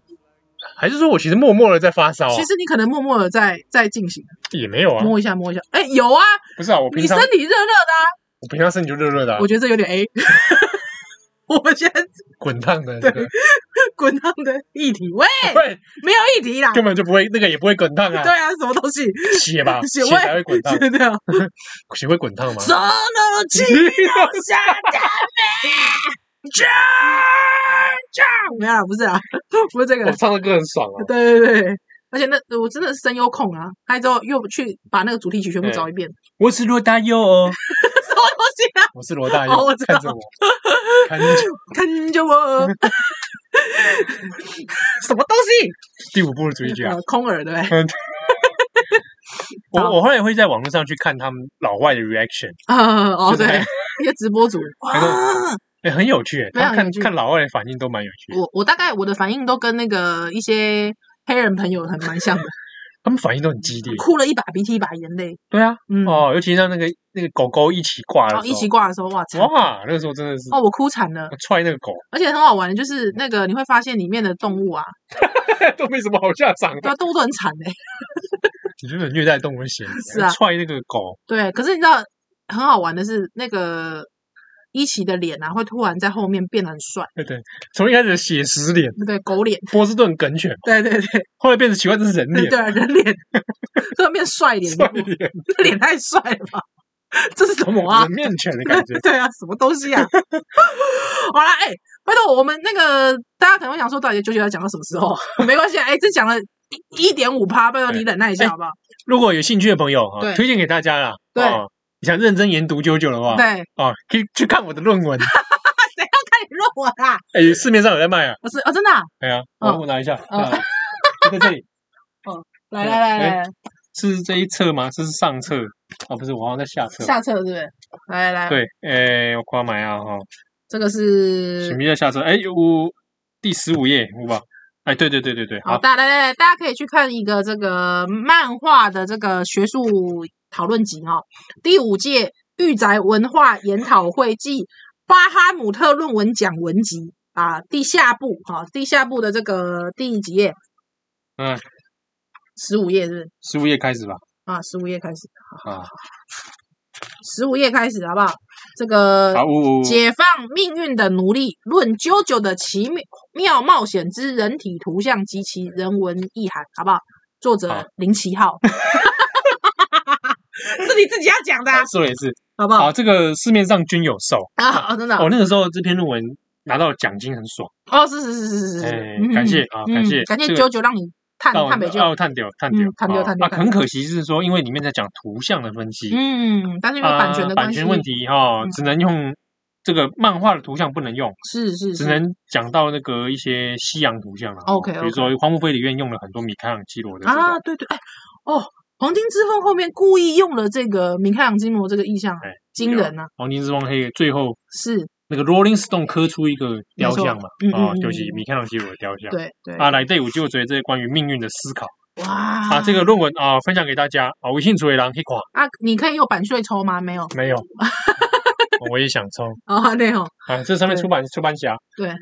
[SPEAKER 2] 还是说我其实默默的在发烧啊
[SPEAKER 3] 其？实你可能默默的在在进行，
[SPEAKER 2] 也没有啊，
[SPEAKER 3] 摸一下摸一下，哎，有啊，
[SPEAKER 2] 不是啊，我
[SPEAKER 3] 你
[SPEAKER 2] 平
[SPEAKER 3] 身
[SPEAKER 2] 常
[SPEAKER 3] 体热热的啊，
[SPEAKER 2] 我平常身体就热热的啊
[SPEAKER 3] 我，觉得这有点 A。我们现在
[SPEAKER 2] 滚烫的那个，
[SPEAKER 3] 滚烫的议题，喂，
[SPEAKER 2] 对，
[SPEAKER 3] 没有议题啦，
[SPEAKER 2] 根本就不会那个也不会滚烫啊
[SPEAKER 3] 哎对，啊，什么东西？
[SPEAKER 2] 血 吧，
[SPEAKER 3] 血
[SPEAKER 2] 血
[SPEAKER 3] 味
[SPEAKER 2] 才会滚烫，
[SPEAKER 3] 真的啊，
[SPEAKER 2] 血会滚 烫吗？
[SPEAKER 3] 所有啊气 下大美，这这没有啦， 不是啊，不是这
[SPEAKER 2] 我
[SPEAKER 3] 个，
[SPEAKER 2] 唱的歌很爽啊。
[SPEAKER 3] 对对对。而且那我真的是声优控啊！还之后又去把那个主题曲全部找一遍，
[SPEAKER 2] 我是罗大佑哦，
[SPEAKER 3] 什么东西 啊？
[SPEAKER 2] 我是罗大佑，
[SPEAKER 3] 哦我知道
[SPEAKER 2] 看 着我，看着我
[SPEAKER 3] 看着 我，什么东西？
[SPEAKER 2] 第五部的主题曲啊
[SPEAKER 3] 呃。空 耳对不对？
[SPEAKER 2] 嗯我
[SPEAKER 3] 好
[SPEAKER 2] 我后来会在网络上去看他们老外的 reaction，
[SPEAKER 3] 呃，哦
[SPEAKER 2] 就是
[SPEAKER 3] 对
[SPEAKER 2] 还，
[SPEAKER 3] 一些直播主，
[SPEAKER 2] 还
[SPEAKER 3] 哇，
[SPEAKER 2] 哎、很有趣，
[SPEAKER 3] 非常
[SPEAKER 2] 他看
[SPEAKER 3] 有趣
[SPEAKER 2] 看老外的反应都蛮有趣的，
[SPEAKER 3] 我我大概我的反应都跟那个一些黑人朋友很蛮像的，
[SPEAKER 2] 他们反应都很激烈。
[SPEAKER 3] 哭了一把鼻涕一把眼泪，
[SPEAKER 2] 对啊，
[SPEAKER 3] 嗯，
[SPEAKER 2] 哦，尤其像那个那个狗狗一起挂
[SPEAKER 3] 然
[SPEAKER 2] 了
[SPEAKER 3] 哦后，一起挂的时候，哇，惨
[SPEAKER 2] 哇，那个时候真的是
[SPEAKER 3] 哦，我哭惨了，
[SPEAKER 2] 我踹那个狗
[SPEAKER 3] 而且很好玩的，就是那个你会发现里面的动物啊，
[SPEAKER 2] 都没什么好下 场
[SPEAKER 3] 对
[SPEAKER 2] 的，
[SPEAKER 3] 啊，动物都很惨哎、
[SPEAKER 2] 你就是虐待动物的嫌疑
[SPEAKER 3] 是啊
[SPEAKER 2] 踹那个狗，
[SPEAKER 3] 对，可是你知道很好玩的是，那个一奇的脸啊，会突然在后面变得很帅，
[SPEAKER 2] 对对，从一开始的写实脸，
[SPEAKER 3] 对狗脸，
[SPEAKER 2] 波士顿梗犬，
[SPEAKER 3] 对对对
[SPEAKER 2] 后来变成奇怪这是人
[SPEAKER 3] 对
[SPEAKER 2] 脸，
[SPEAKER 3] 对，人脸突然变帅脸，
[SPEAKER 2] 踹 脸，
[SPEAKER 3] 这脸太帅了吧，这是什么啊。
[SPEAKER 2] 人？面犬的感觉
[SPEAKER 3] 对啊，什么东西啊？好啦，哎、拜托我们那个大家可能会想说，到底九九要讲到什么时候？ 没关系啊，哎、这讲了一点五趴，拜托你忍耐一下
[SPEAKER 2] 哎
[SPEAKER 3] 好不好？
[SPEAKER 2] 如果有兴趣的朋友哈，
[SPEAKER 3] 对
[SPEAKER 2] 推荐给大家啦。
[SPEAKER 3] 对
[SPEAKER 2] 哦你想认真研读九九的话，
[SPEAKER 3] 对，
[SPEAKER 2] 哦，可以去看我的论文，
[SPEAKER 3] 谁要看你论文啊？
[SPEAKER 2] 哎，市面上有在卖啊，
[SPEAKER 3] 我是哦，真的啊、
[SPEAKER 2] 哎呀，
[SPEAKER 3] 哦
[SPEAKER 2] 我我拿一下，
[SPEAKER 3] 哦
[SPEAKER 2] 啊在这里，
[SPEAKER 3] 来来来来，来
[SPEAKER 2] 是这一侧吗？这是上侧哦，不是，我好像在下侧。
[SPEAKER 3] 下册对不对？来来来，
[SPEAKER 2] 对，诶，我看买啊哈，
[SPEAKER 3] 这个是
[SPEAKER 2] 什么叫下车？哎，五第十五页，五吧。哎，对对对对对，
[SPEAKER 3] 好，
[SPEAKER 2] 好，
[SPEAKER 3] 大家来来来，大家可以去看一个这个漫画的这个学术讨论集哈、哦，第五届御宅文化研讨会暨巴哈姆特论文奖文集啊，第下部哈、第下部的这个第几页？
[SPEAKER 2] 嗯，
[SPEAKER 3] 十五页是不是？
[SPEAKER 2] 十五页开始吧。
[SPEAKER 3] 啊，十五页开始，
[SPEAKER 2] 啊，
[SPEAKER 3] 十五页开始好不好？这个
[SPEAKER 2] 好，五五
[SPEAKER 3] 解放命运的奴隶，论啾啾的奇妙妙冒险之人体图像及其人文意涵，好不好？作
[SPEAKER 2] 好
[SPEAKER 3] 者林奇 浩，是你自己要讲的啊、
[SPEAKER 2] 说也是。
[SPEAKER 3] 好不好？
[SPEAKER 2] 好，这个市面上均有售。
[SPEAKER 3] 啊，真的
[SPEAKER 2] 我
[SPEAKER 3] 哦，
[SPEAKER 2] 那个时候这篇论文拿到奖金很爽，
[SPEAKER 3] 哦是是是是是是
[SPEAKER 2] 哎
[SPEAKER 3] 是，嗯
[SPEAKER 2] 感谢啊感谢
[SPEAKER 3] 嗯感谢
[SPEAKER 2] 这个
[SPEAKER 3] 啾啾让你探探北
[SPEAKER 2] 哦，
[SPEAKER 3] 究，
[SPEAKER 2] 探掉探掉
[SPEAKER 3] 嗯探掉探掉
[SPEAKER 2] 啊，
[SPEAKER 3] 探
[SPEAKER 2] 很
[SPEAKER 3] 掉
[SPEAKER 2] 可惜是说，因为里面在讲图像的分析，
[SPEAKER 3] 嗯，但是因为版权的
[SPEAKER 2] 啊
[SPEAKER 3] 关
[SPEAKER 2] 版
[SPEAKER 3] 系，
[SPEAKER 2] 权问题哈
[SPEAKER 3] 嗯，
[SPEAKER 2] 只能用这个漫画的图像不能用，
[SPEAKER 3] 是是
[SPEAKER 2] 只
[SPEAKER 3] 是，
[SPEAKER 2] 能讲到那个一些西洋图像了。
[SPEAKER 3] 嗯 OK，
[SPEAKER 2] 比如说荒木飞里院用了很多米开朗基罗的这种
[SPEAKER 3] 啊，对对，哎，哦，黄金之风后面故意用了这个米开朗基罗这个意象
[SPEAKER 2] 哎，
[SPEAKER 3] 惊人啊，
[SPEAKER 2] 黄金之王黑最后
[SPEAKER 3] 是
[SPEAKER 2] 那个 Rolling Stone 刻出一个雕像嘛
[SPEAKER 3] 没，错嗯
[SPEAKER 2] 啊
[SPEAKER 3] 嗯，嗯
[SPEAKER 2] 就是米开朗基罗的雕像。
[SPEAKER 3] 对对，
[SPEAKER 2] 啊，来第五就觉得这些关于命运的思考
[SPEAKER 3] 哇，
[SPEAKER 2] 啊，这个论文啊分享给大家啊，微信主为狼黑款
[SPEAKER 3] 啊，你可以有版税抽吗？没有
[SPEAKER 2] 没有，我也想抽
[SPEAKER 3] 啊，对哦，
[SPEAKER 2] 啊，这上面
[SPEAKER 3] 对
[SPEAKER 2] 出版出版侠
[SPEAKER 3] 对，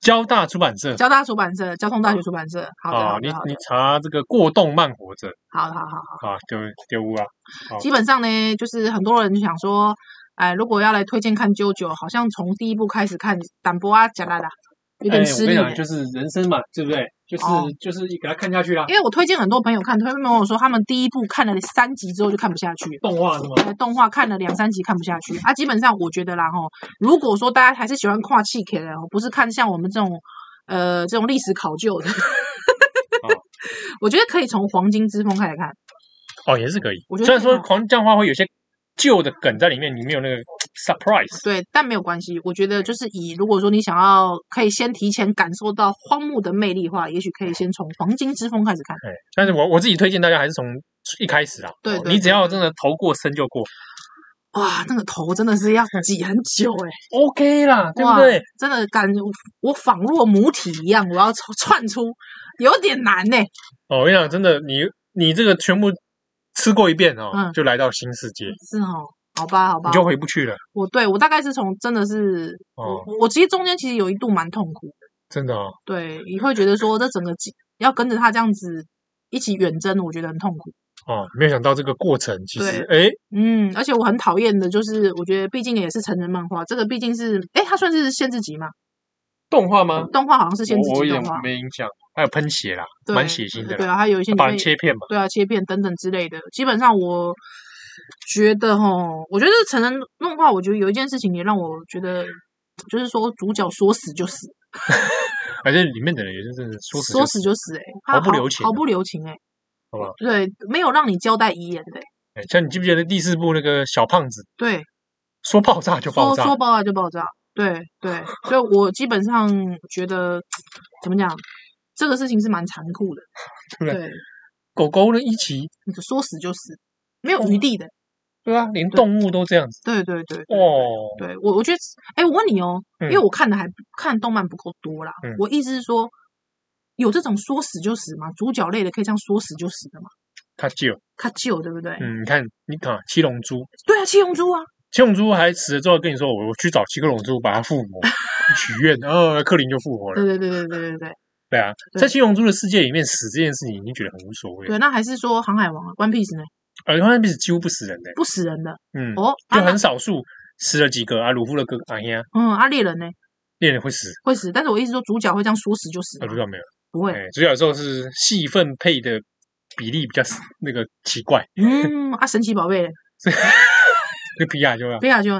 [SPEAKER 2] 交大出版社
[SPEAKER 3] 交大出版社，交通大学出版社，好的，
[SPEAKER 2] 啊
[SPEAKER 3] 好，
[SPEAKER 2] 你
[SPEAKER 3] 的，好
[SPEAKER 2] 你
[SPEAKER 3] 的，
[SPEAKER 2] 查这个过动慢活着
[SPEAKER 3] 好的好好好。
[SPEAKER 2] 啊，丢丢屋啊，好
[SPEAKER 3] 基本上呢，就是很多人就想说，哎，如果要来推荐看啾啾，好像从第一部开始看，胆波啊，加拉拉，有
[SPEAKER 2] 哎
[SPEAKER 3] 点欸
[SPEAKER 2] 我
[SPEAKER 3] 吃
[SPEAKER 2] 跟你
[SPEAKER 3] 力呢、
[SPEAKER 2] 讲，就是人生嘛，对不对？就是
[SPEAKER 3] 哦
[SPEAKER 2] 就是给他看下去啦，
[SPEAKER 3] 因为我推荐很多朋友看，他们跟我说，他们第一部看了三集之后就看不下去了。
[SPEAKER 2] 动画是吗？
[SPEAKER 3] 呃动画看了两三集看不下去啊。基本上我觉得啦吼，如果说大家还是喜欢跨气 K 的哦，不是看像我们这种呃这种历史考究的， 我觉得可以从《黄金之风》开始看。
[SPEAKER 2] 哦，也是可以
[SPEAKER 3] 我。觉得
[SPEAKER 2] 虽然
[SPEAKER 3] 这个
[SPEAKER 2] 说狂酱花会有些旧的梗在里面，你没有那个 surprise。
[SPEAKER 3] 对，但没有关系。我觉得就是以如果说你想要可以先提前感受到荒木的魅力的话，也许可以先从《黄金之风》开始看。
[SPEAKER 2] 哎，但是我我自己推荐大家还是从一开始啊，
[SPEAKER 3] 对
[SPEAKER 2] 哦
[SPEAKER 3] 对
[SPEAKER 2] 你
[SPEAKER 3] 对
[SPEAKER 2] 只要真的头过身就过
[SPEAKER 3] 哇，那个头真的是要挤很久哎、
[SPEAKER 2] ，OK 啦，对不
[SPEAKER 3] 哇
[SPEAKER 2] 对？？
[SPEAKER 3] 真的感我仿若母体一样，我要窜出，有点难欸呢、
[SPEAKER 2] 哦，我跟你讲，真的，你你这个全部吃过一遍哦，
[SPEAKER 3] 嗯
[SPEAKER 2] 就来到新世界，
[SPEAKER 3] 是哦，好吧，好吧，
[SPEAKER 2] 你就回不去了
[SPEAKER 3] 我对我大概是从真的是，嗯
[SPEAKER 2] 哦，
[SPEAKER 3] 我我其实中间其实有一度蛮痛苦的，
[SPEAKER 2] 真的哦。
[SPEAKER 3] 对，你会觉得说这整个季要跟着他这样子一起远征，我觉得很痛苦。
[SPEAKER 2] 哦，没有想到这个过程，其实哎，
[SPEAKER 3] 嗯，而且我很讨厌的就是，我觉得毕竟也是成人漫画，这个毕竟是，诶，它算是限制级嘛，
[SPEAKER 2] 动画吗？
[SPEAKER 3] 动画好像是限制
[SPEAKER 2] 我我
[SPEAKER 3] 级
[SPEAKER 2] 有
[SPEAKER 3] 动
[SPEAKER 2] 点
[SPEAKER 3] 画，
[SPEAKER 2] 没印象，还有喷血啦，
[SPEAKER 3] 对
[SPEAKER 2] 蛮血腥的
[SPEAKER 3] 对
[SPEAKER 2] 啦，
[SPEAKER 3] 啊，还有一些
[SPEAKER 2] 把
[SPEAKER 3] 里
[SPEAKER 2] 人
[SPEAKER 3] 面
[SPEAKER 2] 切片嘛。
[SPEAKER 3] 对啊，切片等等之类的。基本上我觉得吼，我觉得成人动画，我觉得有一件事情也让我觉得，就是说主角说死就死，
[SPEAKER 2] 反正里面的人也是真的说死
[SPEAKER 3] 说
[SPEAKER 2] 就
[SPEAKER 3] 死
[SPEAKER 2] 死，
[SPEAKER 3] 就死、欸，
[SPEAKER 2] 毫
[SPEAKER 3] 他
[SPEAKER 2] 不留情
[SPEAKER 3] 毫
[SPEAKER 2] 啊
[SPEAKER 3] 不留情、欸，哎，
[SPEAKER 2] 好吧？
[SPEAKER 3] 对，没有让你交代遗言的、欸，
[SPEAKER 2] 哎像你记不记得第四部那个小胖子
[SPEAKER 3] 对，
[SPEAKER 2] 说爆炸就爆
[SPEAKER 3] 说
[SPEAKER 2] 炸
[SPEAKER 3] 说爆炸就爆炸，对 对，所以我基本上觉得怎么讲，这个事情是蛮残酷的，
[SPEAKER 2] 对不
[SPEAKER 3] 对，
[SPEAKER 2] 狗狗呢一起，
[SPEAKER 3] 你说死就死，
[SPEAKER 2] 嗯
[SPEAKER 3] 没有余地的，
[SPEAKER 2] 对啊，连动物都这样子
[SPEAKER 3] 对对对。
[SPEAKER 2] 哦。
[SPEAKER 3] 对我，我觉得，哎，我问你哦，因为
[SPEAKER 2] 嗯
[SPEAKER 3] 我看的还不看动漫不够多啦。
[SPEAKER 2] 嗯
[SPEAKER 3] 我意思是说，有这种说死就死吗？主角类的可以这样说死就死的吗？
[SPEAKER 2] 它就
[SPEAKER 3] 他救，对不对？
[SPEAKER 2] 嗯，你看你看七龙珠，
[SPEAKER 3] 对啊，七龙珠啊，
[SPEAKER 2] 七龙珠还死了之后跟你说，我我去找七个龙珠把它 复活许愿，呃，克林就复活了
[SPEAKER 3] 对。对对对对对对
[SPEAKER 2] 对啊，
[SPEAKER 3] 对
[SPEAKER 2] 在七龙珠的世界里面死这件事情已经觉得很无所谓了，
[SPEAKER 3] 对，那还是说航海王啊，One Piece 呢，
[SPEAKER 2] 而他们几乎不死人的，
[SPEAKER 3] 不死人的
[SPEAKER 2] 嗯，
[SPEAKER 3] 哦，
[SPEAKER 2] 就
[SPEAKER 3] 啊
[SPEAKER 2] 很少数死了几个啊，鲁夫的哥哥哎呀，
[SPEAKER 3] 嗯，啊猎人呢
[SPEAKER 2] 猎人会死，
[SPEAKER 3] 会死，但是我意思说主角会这样说死就死
[SPEAKER 2] 啊，
[SPEAKER 3] 吗
[SPEAKER 2] 主？角没有，
[SPEAKER 3] 不会，
[SPEAKER 2] 哎，主角有时候是戏份配的比例比较那个奇怪，
[SPEAKER 3] 嗯，啊神奇宝贝嘞，
[SPEAKER 2] 那皮亚就要。
[SPEAKER 3] 贝亚就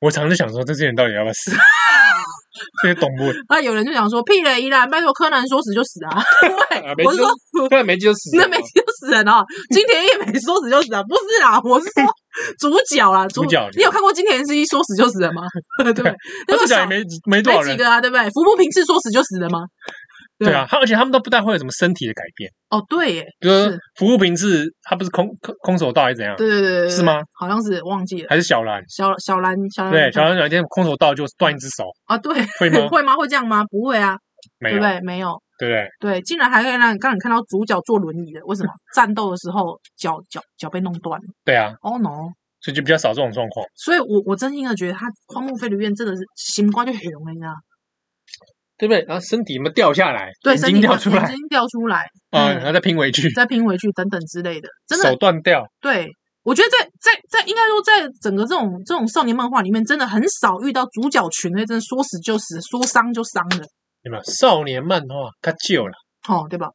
[SPEAKER 2] 我常常想说，这些人到底要不要 死？这些懂不？
[SPEAKER 3] 啊有人就想说屁嘞，依然拜托柯南说死就 死啊，
[SPEAKER 2] 啊
[SPEAKER 3] 对，
[SPEAKER 2] 没
[SPEAKER 3] 我是
[SPEAKER 2] 错
[SPEAKER 3] 说。
[SPEAKER 2] 对，没就死啊
[SPEAKER 3] 那没死就死人哦，金田一没说死就死啊，不是啦，我是说主角啦，
[SPEAKER 2] 主角
[SPEAKER 3] 你有看过金田一说死就 死人吗？对不对，那
[SPEAKER 2] 啊主
[SPEAKER 3] 个
[SPEAKER 2] 角
[SPEAKER 3] 小
[SPEAKER 2] 也没没多少
[SPEAKER 3] 没几
[SPEAKER 2] 人，
[SPEAKER 3] 个啊，对不对？服部平次说死就死人吗？
[SPEAKER 2] 对啊，，他而且他们都不太会有什么身体的改变，
[SPEAKER 3] 哦对耶，
[SPEAKER 2] 比如说
[SPEAKER 3] 是
[SPEAKER 2] 服务平治，他不是空空空手道还是怎样，
[SPEAKER 3] 对对对对，
[SPEAKER 2] 是吗？
[SPEAKER 3] 好像是忘记了。
[SPEAKER 2] 还是小兰？
[SPEAKER 3] 小小兰，小兰，
[SPEAKER 2] 对，小兰有一天空手道就断一只手，
[SPEAKER 3] 啊，对，
[SPEAKER 2] 会吗
[SPEAKER 3] 嗯 会吗？会这样吗？不会啊，
[SPEAKER 2] 没
[SPEAKER 3] 对
[SPEAKER 2] 有
[SPEAKER 3] 不，对？没有，
[SPEAKER 2] 对不对？
[SPEAKER 3] 对，竟然还可以让让你看到主角坐轮椅的，为什么？战斗的时候脚脚脚被弄断了
[SPEAKER 2] 对啊，
[SPEAKER 3] ，Oh no！
[SPEAKER 2] 所以就比较少这种状况。
[SPEAKER 3] 所以我我真心的觉得他荒木飞吕彦真的是心瓜就很啊了，你知道吗？
[SPEAKER 2] 对不对？然后身体有没有掉下来，
[SPEAKER 3] 对，
[SPEAKER 2] 眼
[SPEAKER 3] 身
[SPEAKER 2] 睛
[SPEAKER 3] 体
[SPEAKER 2] 掉
[SPEAKER 3] 会
[SPEAKER 2] 出
[SPEAKER 3] 眼
[SPEAKER 2] 来，
[SPEAKER 3] 睛掉出来，
[SPEAKER 2] 啊，
[SPEAKER 3] 嗯
[SPEAKER 2] 然后再拼回去，
[SPEAKER 3] 再拼回去等等之类的，真
[SPEAKER 2] 手
[SPEAKER 3] 的
[SPEAKER 2] 断掉，
[SPEAKER 3] 对。我觉得在在在应该说，在整个这种这种少年漫画里面，真的很少遇到主角群会真的说死就死，说伤就伤的，
[SPEAKER 2] 有没有？少年漫画它旧了，
[SPEAKER 3] 哦，对吧？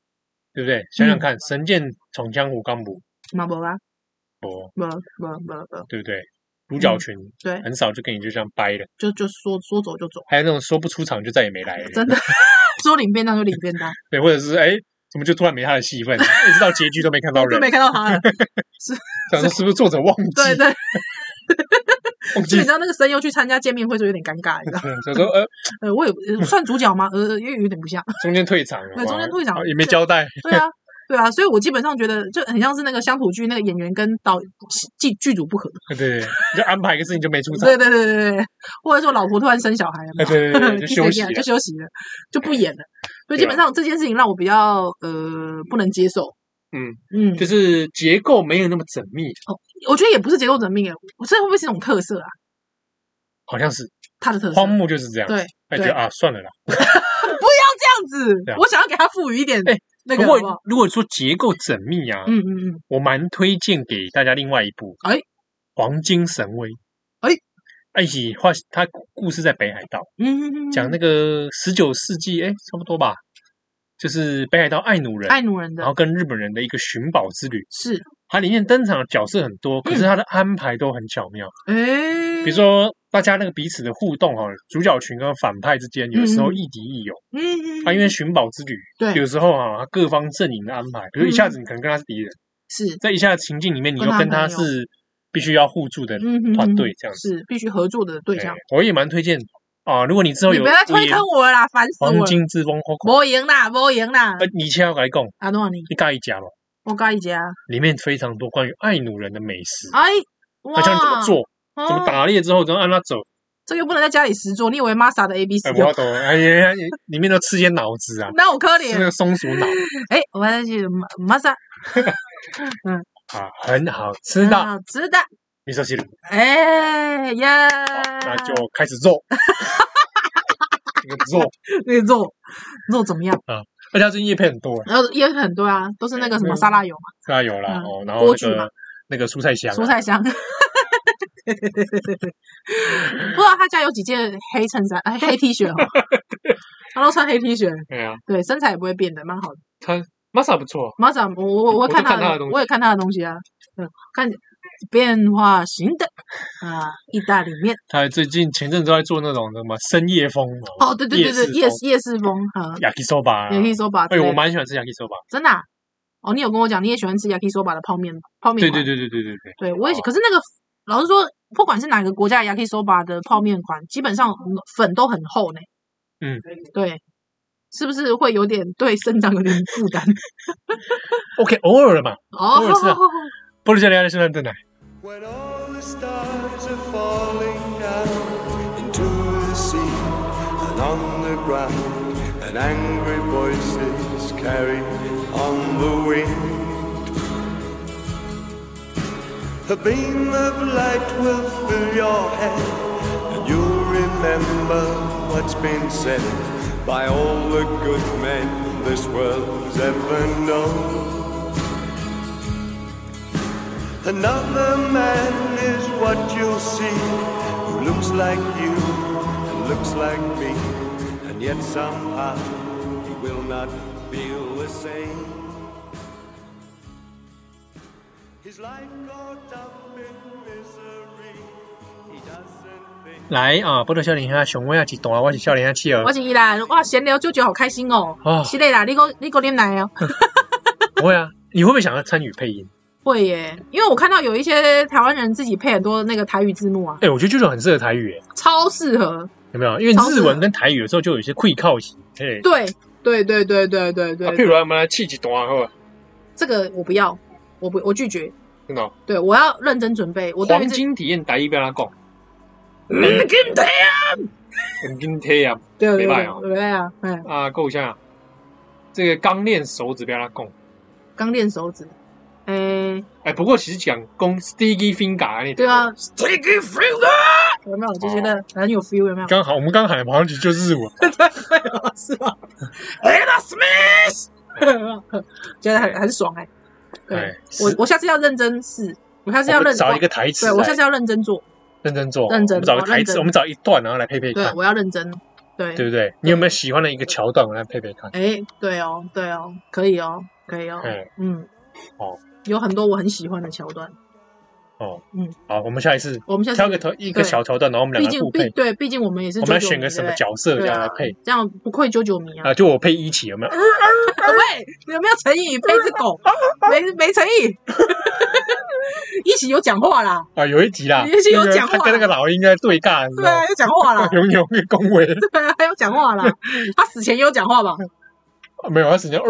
[SPEAKER 2] 对不
[SPEAKER 3] 嗯
[SPEAKER 2] 对？想想看，神剑闯江湖》刚补
[SPEAKER 3] 嘛不啊，
[SPEAKER 2] 播，
[SPEAKER 3] 不不不不，
[SPEAKER 2] 对不对？主角群
[SPEAKER 3] 对，
[SPEAKER 2] 很少就跟你就这样掰了，
[SPEAKER 3] 就就说说走就走，
[SPEAKER 2] 还有那种说不出场就再也没来了，
[SPEAKER 3] 真的说领便当就领便当，
[SPEAKER 2] 对，或者是哎，怎么就突然没他的戏份， 哎一直到结局都没看到
[SPEAKER 3] 就
[SPEAKER 2] 人
[SPEAKER 3] 没，看到他了。
[SPEAKER 2] 想说是不是作者忘记
[SPEAKER 3] 对对，
[SPEAKER 2] 忘
[SPEAKER 3] 就
[SPEAKER 2] 记
[SPEAKER 3] 你知？道那个声优去参加见面会就有点尴尬，你知道？
[SPEAKER 2] 嗯，想说呃，
[SPEAKER 3] 呃，我也呃算主角吗？呃，呃因为有点不像。
[SPEAKER 2] 中间退场了，
[SPEAKER 3] 对中间退场
[SPEAKER 2] 哇也没交代，
[SPEAKER 3] 对啊，对啊，所以我基本上觉得就很像是那个乡土剧那个演员跟导剧剧组不合。
[SPEAKER 2] 对对，对就安排一个事情就没出场，
[SPEAKER 3] 对对对对对，或者说老婆突然生小孩了
[SPEAKER 2] 哎，
[SPEAKER 3] 嘛，
[SPEAKER 2] 对对对，对就休息
[SPEAKER 3] 就
[SPEAKER 2] 了啊
[SPEAKER 3] 这样就，休息了，就不演了。所以基本上这件事情让我比较呃不能接受。
[SPEAKER 2] 嗯，
[SPEAKER 3] 嗯，
[SPEAKER 2] 就是结构没有那么缜密，
[SPEAKER 3] 我觉得也不是结构缜密，我这会不会是一种特色啊？
[SPEAKER 2] 好像是
[SPEAKER 3] 他的特色
[SPEAKER 2] 荒木就是这样，
[SPEAKER 3] 对，
[SPEAKER 2] 哎，
[SPEAKER 3] 对
[SPEAKER 2] 觉得啊，算了啦。
[SPEAKER 3] 这样子
[SPEAKER 2] 对啊，
[SPEAKER 3] 我想要给他赋予一点
[SPEAKER 2] 哎
[SPEAKER 3] 那个
[SPEAKER 2] 不
[SPEAKER 3] 好不好
[SPEAKER 2] 过如果说结构缜密啊，
[SPEAKER 3] 嗯嗯嗯，
[SPEAKER 2] 我蛮推荐给大家另外一部，
[SPEAKER 3] 哎，
[SPEAKER 2] 黄金神威》，
[SPEAKER 3] 哎，
[SPEAKER 2] 哎，一起画他故事在北海道，
[SPEAKER 3] 嗯嗯嗯，
[SPEAKER 2] 讲那个十九世纪，哎，差不多吧，就是北海道爱努人，
[SPEAKER 3] 爱奴人的
[SPEAKER 2] 然后跟日本人的一个寻宝之旅。
[SPEAKER 3] 是，
[SPEAKER 2] 它里面登场的角色很
[SPEAKER 3] 嗯
[SPEAKER 2] 多，可是它的安排都很巧妙。
[SPEAKER 3] 哎，
[SPEAKER 2] 嗯比如，说，大家那个彼此的互动哈、哦，主角群跟反派之间有的时候亦敌亦友。
[SPEAKER 3] 嗯嗯，
[SPEAKER 2] 啊，因为寻宝之旅，
[SPEAKER 3] 对
[SPEAKER 2] 有时候啊，各方阵营的安排，比如一下子你可能跟他是敌人，
[SPEAKER 3] 是，
[SPEAKER 2] 在一下子情境里面，你又跟
[SPEAKER 3] 跟
[SPEAKER 2] 他
[SPEAKER 3] 他
[SPEAKER 2] 是必须要互助的
[SPEAKER 3] 嗯嗯，
[SPEAKER 2] 团
[SPEAKER 3] 嗯
[SPEAKER 2] 队这样子。
[SPEAKER 3] 是必须合作的对象
[SPEAKER 2] 哎。我也蛮推荐啊，如果你之后
[SPEAKER 3] 你
[SPEAKER 2] 有
[SPEAKER 3] 不要再推坑我了啦，烦死我
[SPEAKER 2] 黄
[SPEAKER 3] 了！
[SPEAKER 2] 金之风或
[SPEAKER 3] 无赢啦，无赢啦！
[SPEAKER 2] 呃，你先要来讲，
[SPEAKER 3] 阿诺尼，
[SPEAKER 2] 你尬一家嘛，
[SPEAKER 3] 我告一家，
[SPEAKER 2] 里面非常多关于爱努人的美食，
[SPEAKER 3] 哎，
[SPEAKER 2] 他
[SPEAKER 3] 哇，
[SPEAKER 2] 教你怎么做，
[SPEAKER 3] 哦，
[SPEAKER 2] 怎么打猎之后，怎么让他走。
[SPEAKER 3] 这个又不能在家里实做，你以为 Masa 的 A B C
[SPEAKER 2] 哎，我要
[SPEAKER 3] 哦？
[SPEAKER 2] 懂，哎呀，里面都吃些脑子 啊，
[SPEAKER 3] 那我可
[SPEAKER 2] 吃那
[SPEAKER 3] 怜，
[SPEAKER 2] 个松鼠 脑
[SPEAKER 3] 哎，我要去 Masa，
[SPEAKER 2] 啊，很好吃的，
[SPEAKER 3] 呃知道，
[SPEAKER 2] 你说西鲁。
[SPEAKER 3] 哎耶，
[SPEAKER 2] 那 就开始肉，这个肉，
[SPEAKER 3] 那个肉肉怎么样？
[SPEAKER 2] 大家最近叶片很多，
[SPEAKER 3] 然后也很多啊，都是那个
[SPEAKER 2] 嗯
[SPEAKER 3] 什么沙拉油嘛，
[SPEAKER 2] 是啊有啦
[SPEAKER 3] 嗯
[SPEAKER 2] 哦，然后
[SPEAKER 3] 莴
[SPEAKER 2] 那
[SPEAKER 3] 苣嘛
[SPEAKER 2] 个那个蔬菜香啊，
[SPEAKER 3] 蔬菜香。 对对对对对对，不知道他家有几件黑衬衫， 哎，黑 T 恤哦，他都穿黑 T 恤，
[SPEAKER 2] 对啊，
[SPEAKER 3] 对，身材也不会变的，蛮好的。
[SPEAKER 2] 它 masa 不错，
[SPEAKER 3] 马上我我我
[SPEAKER 2] 我
[SPEAKER 3] 会
[SPEAKER 2] 都
[SPEAKER 3] 看他
[SPEAKER 2] 看他的
[SPEAKER 3] 的
[SPEAKER 2] 东，西
[SPEAKER 3] 我也看他的东西啊，嗯，看变化型的啊，意大利面
[SPEAKER 2] 他最近前阵子都在做那种什么深夜风
[SPEAKER 3] 哦，对对对对，夜
[SPEAKER 2] 夜
[SPEAKER 3] 夜市风啊，
[SPEAKER 2] yakisoba，
[SPEAKER 3] 也可以说吧，
[SPEAKER 2] 哎呦，我
[SPEAKER 3] 对
[SPEAKER 2] 蛮喜欢吃 yakisoba，
[SPEAKER 3] 真的啊。哦，你有跟我讲，你也喜欢吃 yakisoba 的泡面，泡面
[SPEAKER 2] 对对
[SPEAKER 3] 馆
[SPEAKER 2] 对对对对对，
[SPEAKER 3] 对，我也喜
[SPEAKER 2] 哦
[SPEAKER 3] 可是那个老实说，不管是哪个国家的 yakisoba 的泡面款，基本上嗯粉都很厚呢。
[SPEAKER 2] 嗯，
[SPEAKER 3] 对，是不是会有点对生长有点 负担？
[SPEAKER 2] ，OK，偶尔嘛，
[SPEAKER 3] 哦，
[SPEAKER 2] 尔吃啊不如就聊聊圣诞正奶，
[SPEAKER 4] When all the stars are falling down into the sea and on the ground, and angry voices carry on the wind, a beam of light will fill your head, and you'll remember what's been said by all the good men this world's ever known. Another man is what you'll see, who looks like you and looks like me, and yet somehow he will not feel the same. His life caught up in misery, he doesn't think.
[SPEAKER 2] 来啊，波多笑脸下熊威啊，几懂啊，我是笑脸下企鹅
[SPEAKER 3] 我，是依兰，哇，闲聊舅舅好开心哦。
[SPEAKER 2] 啊
[SPEAKER 3] 是的啦，你给你给点奶哦。
[SPEAKER 2] 不会啊，你会不会想要参与配音？
[SPEAKER 3] 会耶，因为我看到有一些台湾人自己配很多那个台语字幕啊，
[SPEAKER 2] 哎，我觉得舅舅很适合台语，哎
[SPEAKER 3] 超适合。
[SPEAKER 2] 有没有？因为
[SPEAKER 3] 超适
[SPEAKER 2] 日
[SPEAKER 3] 合
[SPEAKER 2] 文跟台语有时候就有一些会靠型，对，
[SPEAKER 3] 对，对对对对对
[SPEAKER 2] 啊，
[SPEAKER 3] 对
[SPEAKER 2] 譬如我们来气几段好了，
[SPEAKER 3] 这个我不要，我不我拒绝。
[SPEAKER 2] 真的哦。
[SPEAKER 3] 对我要认真准备。我对于
[SPEAKER 2] 黄
[SPEAKER 3] 这
[SPEAKER 2] 金体验台语要安怎讲？
[SPEAKER 3] 黄金对
[SPEAKER 2] 黄金啊体验
[SPEAKER 3] 对对
[SPEAKER 2] 没办法
[SPEAKER 3] 对对啊，哎，
[SPEAKER 2] 啊，够像这个刚练手指要安怎讲？
[SPEAKER 3] 刚练手指，哎，
[SPEAKER 2] 哎，不过其实讲讲 sticky finger 那
[SPEAKER 3] 对，啊，Sticky 哦 Finger，有没有就觉得很有 feel？有没有？
[SPEAKER 2] 刚好我们刚喊好像就是 我，
[SPEAKER 3] 是吧 e l a Smith，觉得很很爽哎。
[SPEAKER 2] 哎
[SPEAKER 3] 对，我
[SPEAKER 2] 是
[SPEAKER 3] 我下次要认真试，我下次要
[SPEAKER 2] 我们
[SPEAKER 3] 认
[SPEAKER 2] 找一个啊台词
[SPEAKER 3] 对
[SPEAKER 2] 来，
[SPEAKER 3] 我下次要认真做，
[SPEAKER 2] 认真做，
[SPEAKER 3] 认真
[SPEAKER 2] 我们找个
[SPEAKER 3] 哦
[SPEAKER 2] 台
[SPEAKER 3] 认
[SPEAKER 2] 词，
[SPEAKER 3] 真
[SPEAKER 2] 我们找一段，然后来配配
[SPEAKER 3] 对
[SPEAKER 2] 看，
[SPEAKER 3] 我要认真，对
[SPEAKER 2] 对不对？你有没有喜欢的一个桥段，我们来配配看？
[SPEAKER 3] 哎，对哦，对哦，可以哦，可以哦，
[SPEAKER 2] 哎，哦
[SPEAKER 3] 嗯，
[SPEAKER 2] 好，
[SPEAKER 3] 有很多我很喜欢的桥段，
[SPEAKER 2] 哦，
[SPEAKER 3] 嗯，
[SPEAKER 2] 好，我们下一次
[SPEAKER 3] 我们下次
[SPEAKER 2] 挑个头一个
[SPEAKER 3] 对
[SPEAKER 2] 小桥段，然后我们
[SPEAKER 3] 毕
[SPEAKER 2] 两个
[SPEAKER 3] 竟
[SPEAKER 2] 互
[SPEAKER 3] 毕
[SPEAKER 2] 配，
[SPEAKER 3] 对，毕竟我们也是
[SPEAKER 2] 我
[SPEAKER 3] 九
[SPEAKER 2] 们
[SPEAKER 3] 九
[SPEAKER 2] 要
[SPEAKER 3] 迷，
[SPEAKER 2] 选个什么
[SPEAKER 3] 对不对
[SPEAKER 2] 角色这
[SPEAKER 3] 对
[SPEAKER 2] 样
[SPEAKER 3] 啊
[SPEAKER 2] 来配
[SPEAKER 3] 这样不愧九九迷啊！
[SPEAKER 2] 啊？就我配一起有 没有？
[SPEAKER 3] 喂，你有没有诚意？配只 狗，没没诚意。 一起有讲话啦，
[SPEAKER 2] 啊，有一集啦，
[SPEAKER 3] 有一集有
[SPEAKER 2] 那个
[SPEAKER 3] 讲话
[SPEAKER 2] 他跟那个老鹰在对尬，你知
[SPEAKER 3] 对
[SPEAKER 2] 道
[SPEAKER 3] 啊，
[SPEAKER 2] 吗？，
[SPEAKER 3] 有讲话啦
[SPEAKER 2] 永永被恭维，
[SPEAKER 3] 对啊，有讲 话啦。他死前也有讲话吧？
[SPEAKER 2] 啊没有，他时间，呃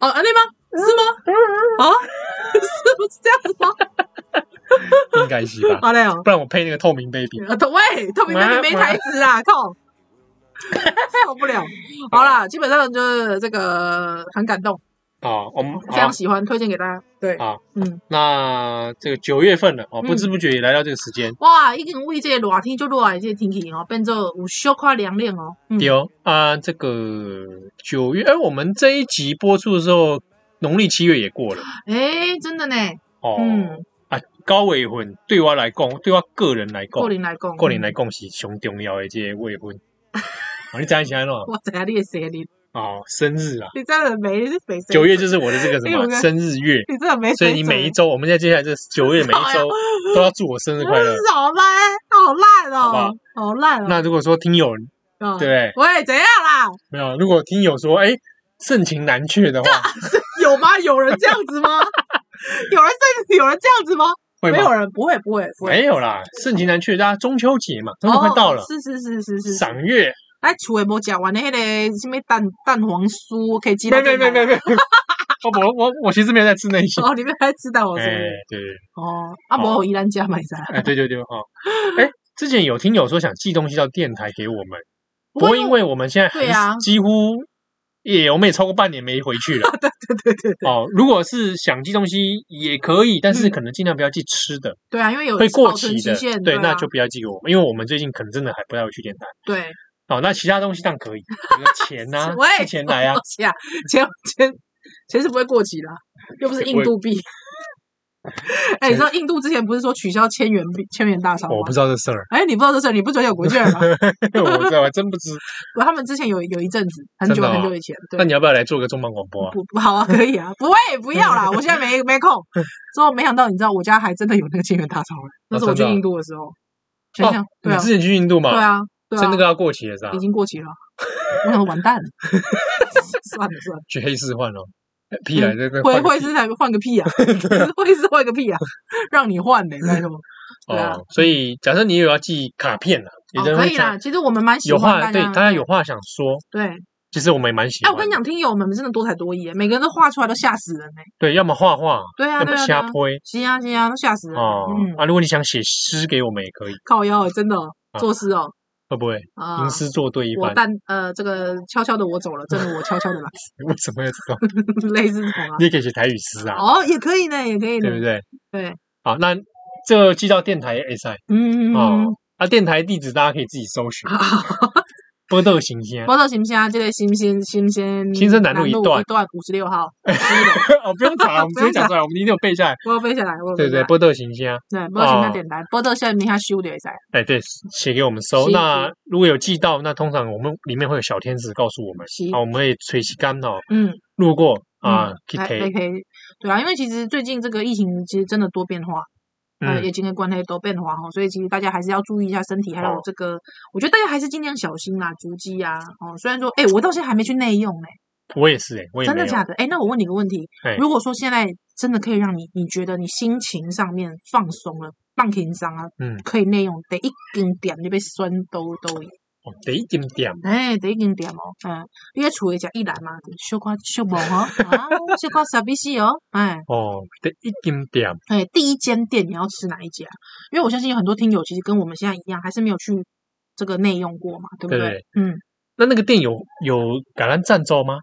[SPEAKER 3] 哦，安利吗？是吗？啊，是不是这样子吗？啊
[SPEAKER 2] 应该是吧？
[SPEAKER 3] 好嘞哦，
[SPEAKER 2] 不然我配那个透明 baby，
[SPEAKER 3] 呃喂，透明那你没台词啊，靠！受不了。好啦，基本上就是这个很感动，
[SPEAKER 2] 啊，我们
[SPEAKER 3] 非
[SPEAKER 2] 好
[SPEAKER 3] 常。喜欢，推荐给大家。对，
[SPEAKER 2] 好
[SPEAKER 3] 嗯，
[SPEAKER 2] 那这个九月份了哦，
[SPEAKER 3] 嗯
[SPEAKER 2] 不知不觉也来到这个时间。
[SPEAKER 3] 哇，已经为这个热天就热的这个天气哦，变做有小可凉凉哦。嗯
[SPEAKER 2] 对哦啊，这个九月，哎，我们这一集播出的时候，农历七月也过了
[SPEAKER 3] 哎，真的呢，
[SPEAKER 2] 哦。
[SPEAKER 3] 嗯，
[SPEAKER 2] 啊，高尾婚对我来讲，对我个人来讲
[SPEAKER 3] 过，年来讲，
[SPEAKER 2] 个人来讲是上重要的这个未婚。哦，你知道是安怎样
[SPEAKER 3] 我知道你的生日，
[SPEAKER 2] 哦，生日啊，
[SPEAKER 3] 你真的没没水
[SPEAKER 2] 九月就是我的这个什
[SPEAKER 3] 哎我
[SPEAKER 2] 么
[SPEAKER 3] 看
[SPEAKER 2] 生日月，
[SPEAKER 3] 你真的没 水
[SPEAKER 2] 所以你每一周，我们现在接下来这九月每一周都要祝我生日快 乐。
[SPEAKER 3] 好烂，好烂
[SPEAKER 2] 好不好
[SPEAKER 3] 哦，好烂哦。
[SPEAKER 2] 那如果说听友
[SPEAKER 3] 那
[SPEAKER 2] 对不对
[SPEAKER 3] 喂，怎样啦？
[SPEAKER 2] 没有，如果听友说哎盛情难却的 话，
[SPEAKER 3] 有吗？有人这样 子吗？有人这有人这样子吗？
[SPEAKER 2] 会
[SPEAKER 3] 没
[SPEAKER 2] 吗
[SPEAKER 3] 有？人，不会，不会，不会。
[SPEAKER 2] 没有啦，盛情难却，大家中秋节嘛，中秋快到了
[SPEAKER 3] 哦，是是是是是。
[SPEAKER 2] 赏月，
[SPEAKER 3] 哎，厝诶无食完的迄个什么蛋蛋黄酥，可以寄
[SPEAKER 2] 没
[SPEAKER 3] 到
[SPEAKER 2] 有没有
[SPEAKER 3] 店
[SPEAKER 2] 没
[SPEAKER 3] 来
[SPEAKER 2] 有没有，没有 我我我我其实没有在吃那些，
[SPEAKER 3] 哦，你们还知道我
[SPEAKER 2] 哎
[SPEAKER 3] 是不是？
[SPEAKER 2] 对对
[SPEAKER 3] 哦，啊，
[SPEAKER 2] 好
[SPEAKER 3] 无依咱家买啥？
[SPEAKER 2] 哎对对对哈，哎之前有听友说想寄东西到电台给我们，不过因为我们现在
[SPEAKER 3] 对啊
[SPEAKER 2] 很几乎也我们也超过半年没回去了
[SPEAKER 3] 对对对
[SPEAKER 2] 哦，如果是想寄东西也可以，但是
[SPEAKER 3] 嗯
[SPEAKER 2] 可能尽量不要寄吃的，
[SPEAKER 3] 对啊，因为有
[SPEAKER 2] 会过
[SPEAKER 3] 保存
[SPEAKER 2] 期的
[SPEAKER 3] 期限，，
[SPEAKER 2] 对，
[SPEAKER 3] 啊
[SPEAKER 2] 那就不要寄给我们，因为我们最近可能真的还不太会去电台。
[SPEAKER 3] 对。
[SPEAKER 2] 哦，那其他东西当然 可以，比如说钱呐、
[SPEAKER 3] 喂，
[SPEAKER 2] 寄钱 来啊
[SPEAKER 3] 过，期啊，钱钱钱是不会过期的啊，又不是印度币。 哎，你知道印度之前不是说取消千元币、千元大钞吗？，
[SPEAKER 2] 我不知道这事儿
[SPEAKER 3] 哎，你不知道这事儿，你不准有国券吗？
[SPEAKER 2] 我知道，还真不知。
[SPEAKER 3] 不，他们之前有有一阵子，很久
[SPEAKER 2] 真的哦
[SPEAKER 3] 很久以前，
[SPEAKER 2] 那
[SPEAKER 3] 对，
[SPEAKER 2] 你要不要来做个重磅广播啊？
[SPEAKER 3] 不不好啊，可以啊，不会不要啦，我现在没没空。之后没想到，你知道我家还真的有那个千元大钞了，那是我去
[SPEAKER 2] 真的啊
[SPEAKER 3] 印度的时候，想想
[SPEAKER 2] 哦，
[SPEAKER 3] 对
[SPEAKER 2] 你
[SPEAKER 3] 啊，
[SPEAKER 2] 之前去印度嘛？
[SPEAKER 3] 对，啊，对
[SPEAKER 2] 是
[SPEAKER 3] 啊
[SPEAKER 2] 那个，要过期的是吧
[SPEAKER 3] 已？经过期了， 我想说 完蛋了，算了算了。
[SPEAKER 2] 去黑市换咯。哎屁来这个
[SPEAKER 3] 会
[SPEAKER 2] 换个
[SPEAKER 3] 会
[SPEAKER 2] 屁
[SPEAKER 3] 是才换个 屁啊！会是换个屁啊！让你换的，拜托。对啊
[SPEAKER 2] 哦，所以假设你有要寄卡片啊，有
[SPEAKER 3] 哦
[SPEAKER 2] 的人
[SPEAKER 3] 可
[SPEAKER 2] 会
[SPEAKER 3] 以啦，
[SPEAKER 2] 讲
[SPEAKER 3] 其实我们蛮喜
[SPEAKER 2] 有
[SPEAKER 3] 欢
[SPEAKER 2] 话
[SPEAKER 3] 大
[SPEAKER 2] 对
[SPEAKER 3] 家
[SPEAKER 2] 大家有话想说，
[SPEAKER 3] 对。
[SPEAKER 2] 其实我们也蛮喜
[SPEAKER 3] 哎，
[SPEAKER 2] 欢。
[SPEAKER 3] 我跟你，讲，听友们真的多才多艺耶，每个人都画出来都吓死人呢。
[SPEAKER 2] 对，要么画画，
[SPEAKER 3] 对啊，
[SPEAKER 2] 要
[SPEAKER 3] 对
[SPEAKER 2] 么
[SPEAKER 3] 啊，对
[SPEAKER 2] 瞎
[SPEAKER 3] 啊。
[SPEAKER 2] 推
[SPEAKER 3] 行啊，行啊，都吓死人。
[SPEAKER 2] 哦
[SPEAKER 3] 嗯，
[SPEAKER 2] 啊，如果你想写诗给我们也可以，
[SPEAKER 3] 靠腰真的哦
[SPEAKER 2] 啊
[SPEAKER 3] 作诗哦
[SPEAKER 2] 会不会？
[SPEAKER 3] 啊
[SPEAKER 2] 吟！诗作对一
[SPEAKER 3] 我
[SPEAKER 2] 番，
[SPEAKER 3] 但呃，这个悄悄的我走了，真的我悄悄的来，
[SPEAKER 2] 为什么要这种？
[SPEAKER 3] 类似这 种啊
[SPEAKER 2] 你。也可以写台语诗啊，
[SPEAKER 3] 哦，嗯也可以呢，也可以呢
[SPEAKER 2] 对不。对？
[SPEAKER 3] 对，
[SPEAKER 2] 好，那这个寄到电台 A 赛
[SPEAKER 3] 嗯嗯嗯嗯
[SPEAKER 2] 哦。，啊，电台地址大家可以自己搜 寻，波豆行星啊，
[SPEAKER 3] 报道行不行啊？这个新鲜新鲜
[SPEAKER 2] 新生南路
[SPEAKER 3] 路
[SPEAKER 2] 一段
[SPEAKER 3] 一段五十六号，
[SPEAKER 2] 哦，不用 查，我们直接讲出来，我们一定有背下来。
[SPEAKER 3] 我有背下来，我有
[SPEAKER 2] 对
[SPEAKER 3] 背下
[SPEAKER 2] 对，
[SPEAKER 3] 来。
[SPEAKER 2] 波豆行星啊，
[SPEAKER 3] 对，波特
[SPEAKER 2] 哦
[SPEAKER 3] 较简单，波特下面下修的会使。
[SPEAKER 2] 哎，对，写给我们收。
[SPEAKER 3] 是
[SPEAKER 2] 那如果有寄到，那通常我们里面会有小天使告诉我们啊
[SPEAKER 3] 是，
[SPEAKER 2] 好，我们会垂起干哦，
[SPEAKER 3] 嗯
[SPEAKER 2] 路过哦啊
[SPEAKER 3] 嗯，
[SPEAKER 2] 去
[SPEAKER 3] 来来
[SPEAKER 2] 提，
[SPEAKER 3] 可以，对啊，因为其实最近这个疫情其实真的多变化，呃，
[SPEAKER 2] 嗯
[SPEAKER 3] 疫情的关系多变化哈，所以其实大家还是要注意一下身体，还有
[SPEAKER 2] 好
[SPEAKER 3] 这个，我觉得大家还是尽量小心啦，足迹啊，哦，虽然说，哎，我到现在还没去内用呢，
[SPEAKER 2] 我也是哎，我也
[SPEAKER 3] 真
[SPEAKER 2] 没
[SPEAKER 3] 的
[SPEAKER 2] 有，
[SPEAKER 3] 假的？哎，那我问你个问题
[SPEAKER 2] 哎，
[SPEAKER 3] 如果说现在真的可以让你，你觉得你心情上面放松了，放轻松啊，
[SPEAKER 2] 嗯
[SPEAKER 3] 可以内用，得一丁点就被酸兜兜。
[SPEAKER 2] 哦，第一点点，
[SPEAKER 3] 哎，第一间店哦，嗯，你喺厝诶食一兰嘛，小可小望 吼，啊，小可傻逼死哦，哎，
[SPEAKER 2] 哦，第一点点，
[SPEAKER 3] 哎，第一间店你要吃哪一家？因为我相信有很多听友其实跟我们现在一样，还是没有去这个内用过嘛，对不对？嗯，
[SPEAKER 2] 那那个店有有橄榄赞助 吗？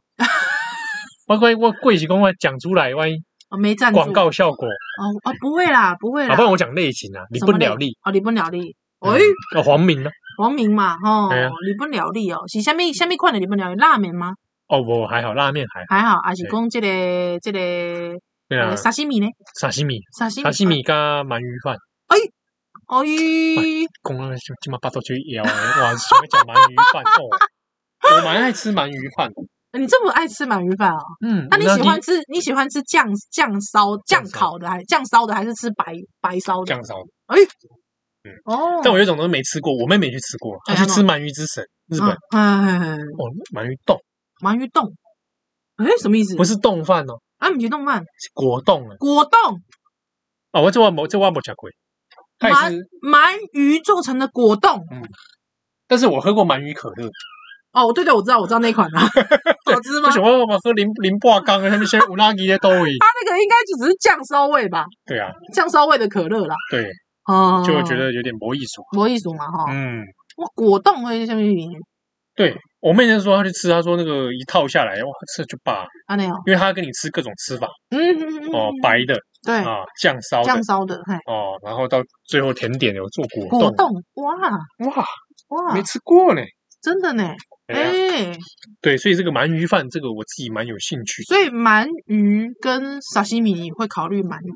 [SPEAKER 2] 我我我贵几公块讲出来，万一
[SPEAKER 3] 哦没赞助
[SPEAKER 2] 广告效果，
[SPEAKER 3] 哦啊，不会啦，不会
[SPEAKER 2] 好
[SPEAKER 3] 啦
[SPEAKER 2] 不，然我讲类型啊，你
[SPEAKER 3] 什
[SPEAKER 2] 不
[SPEAKER 3] 么类
[SPEAKER 2] 了力，
[SPEAKER 3] 哦，你不了力，
[SPEAKER 2] 嗯
[SPEAKER 3] 哎，
[SPEAKER 2] 哦，黄明呢？
[SPEAKER 3] 黄明嘛，吼
[SPEAKER 2] 哎呀，
[SPEAKER 3] 你不了力哦，是下面下面款的你不了力，拉面吗？
[SPEAKER 2] 哦，我还好，拉面还好，
[SPEAKER 3] 还好，还是讲这个这个
[SPEAKER 2] 对啊
[SPEAKER 3] 呃，沙西米呢？
[SPEAKER 2] 沙西米，
[SPEAKER 3] 沙西米，
[SPEAKER 2] 沙西，米加鳗鱼饭，
[SPEAKER 3] 哎呦。
[SPEAKER 2] 公了就今晚巴肚就枵了，哇，想要讲鳗鱼饭哦，我蛮爱吃鳗鱼 饭，
[SPEAKER 3] 你这么爱吃鳗鱼饭啊？
[SPEAKER 2] 嗯，
[SPEAKER 3] 那你喜欢吃你喜欢吃酱酱烧酱烤的还酱烧的还是吃白白烧的？
[SPEAKER 2] 酱烧？
[SPEAKER 3] 哦，
[SPEAKER 2] 但我有一种东西没吃过，我妹妹去吃过，她
[SPEAKER 3] 哎
[SPEAKER 2] 去
[SPEAKER 3] 她
[SPEAKER 2] 吃鳗鱼之神，日本
[SPEAKER 3] 嗯哎，
[SPEAKER 2] 哦，鳗鱼冻
[SPEAKER 3] 鳗鱼冻，哎，什么意思？
[SPEAKER 2] 不
[SPEAKER 3] 是
[SPEAKER 2] 是冻饭哦，
[SPEAKER 3] 啊，鳗鱼冻饭，
[SPEAKER 2] 是果冻啊，
[SPEAKER 3] 果冻，
[SPEAKER 2] 哦，我这我没这我没吃过，它也
[SPEAKER 3] 鳗
[SPEAKER 2] 是，
[SPEAKER 3] 鳗鱼做成的果冻。
[SPEAKER 2] 但是我喝过鳗鱼可乐，
[SPEAKER 3] 哦，对对，我知道，我知道那款 啊，好吃吗
[SPEAKER 2] 为？什么我们喝零零挂缸啊？他们现在乌拉吉的都已，
[SPEAKER 3] 它那个应该就只是酱烧味吧，
[SPEAKER 2] 对啊，
[SPEAKER 3] 酱烧味的可乐啦。
[SPEAKER 2] 对，
[SPEAKER 3] 哦，
[SPEAKER 2] 就觉得有点魔艺术，
[SPEAKER 3] 魔艺术嘛，哈，
[SPEAKER 2] 嗯。
[SPEAKER 3] 哇，果冻会下面
[SPEAKER 2] 对我妹那时候她去吃，她说那个一套下来，哇，吃就罢，
[SPEAKER 3] 啊那样，
[SPEAKER 2] 因为她跟你吃各种吃法
[SPEAKER 3] 嗯嗯嗯，
[SPEAKER 2] 哦
[SPEAKER 3] 嗯，
[SPEAKER 2] 白的
[SPEAKER 3] 对
[SPEAKER 2] 啊，酱烧的
[SPEAKER 3] 酱烧的，嘿，
[SPEAKER 2] 哦，然后到最后甜点有做果
[SPEAKER 3] 果
[SPEAKER 2] 冻，
[SPEAKER 3] 冻，啊哇
[SPEAKER 2] 哇，
[SPEAKER 3] 哇
[SPEAKER 2] 没，吃过呢。
[SPEAKER 3] 真的呢，
[SPEAKER 2] 哎呀
[SPEAKER 3] 哎、
[SPEAKER 2] 对，所以这个鳗鱼饭，这个我自己蛮有兴趣，
[SPEAKER 3] 所以鳗鱼跟沙西米你会考虑鳗鱼，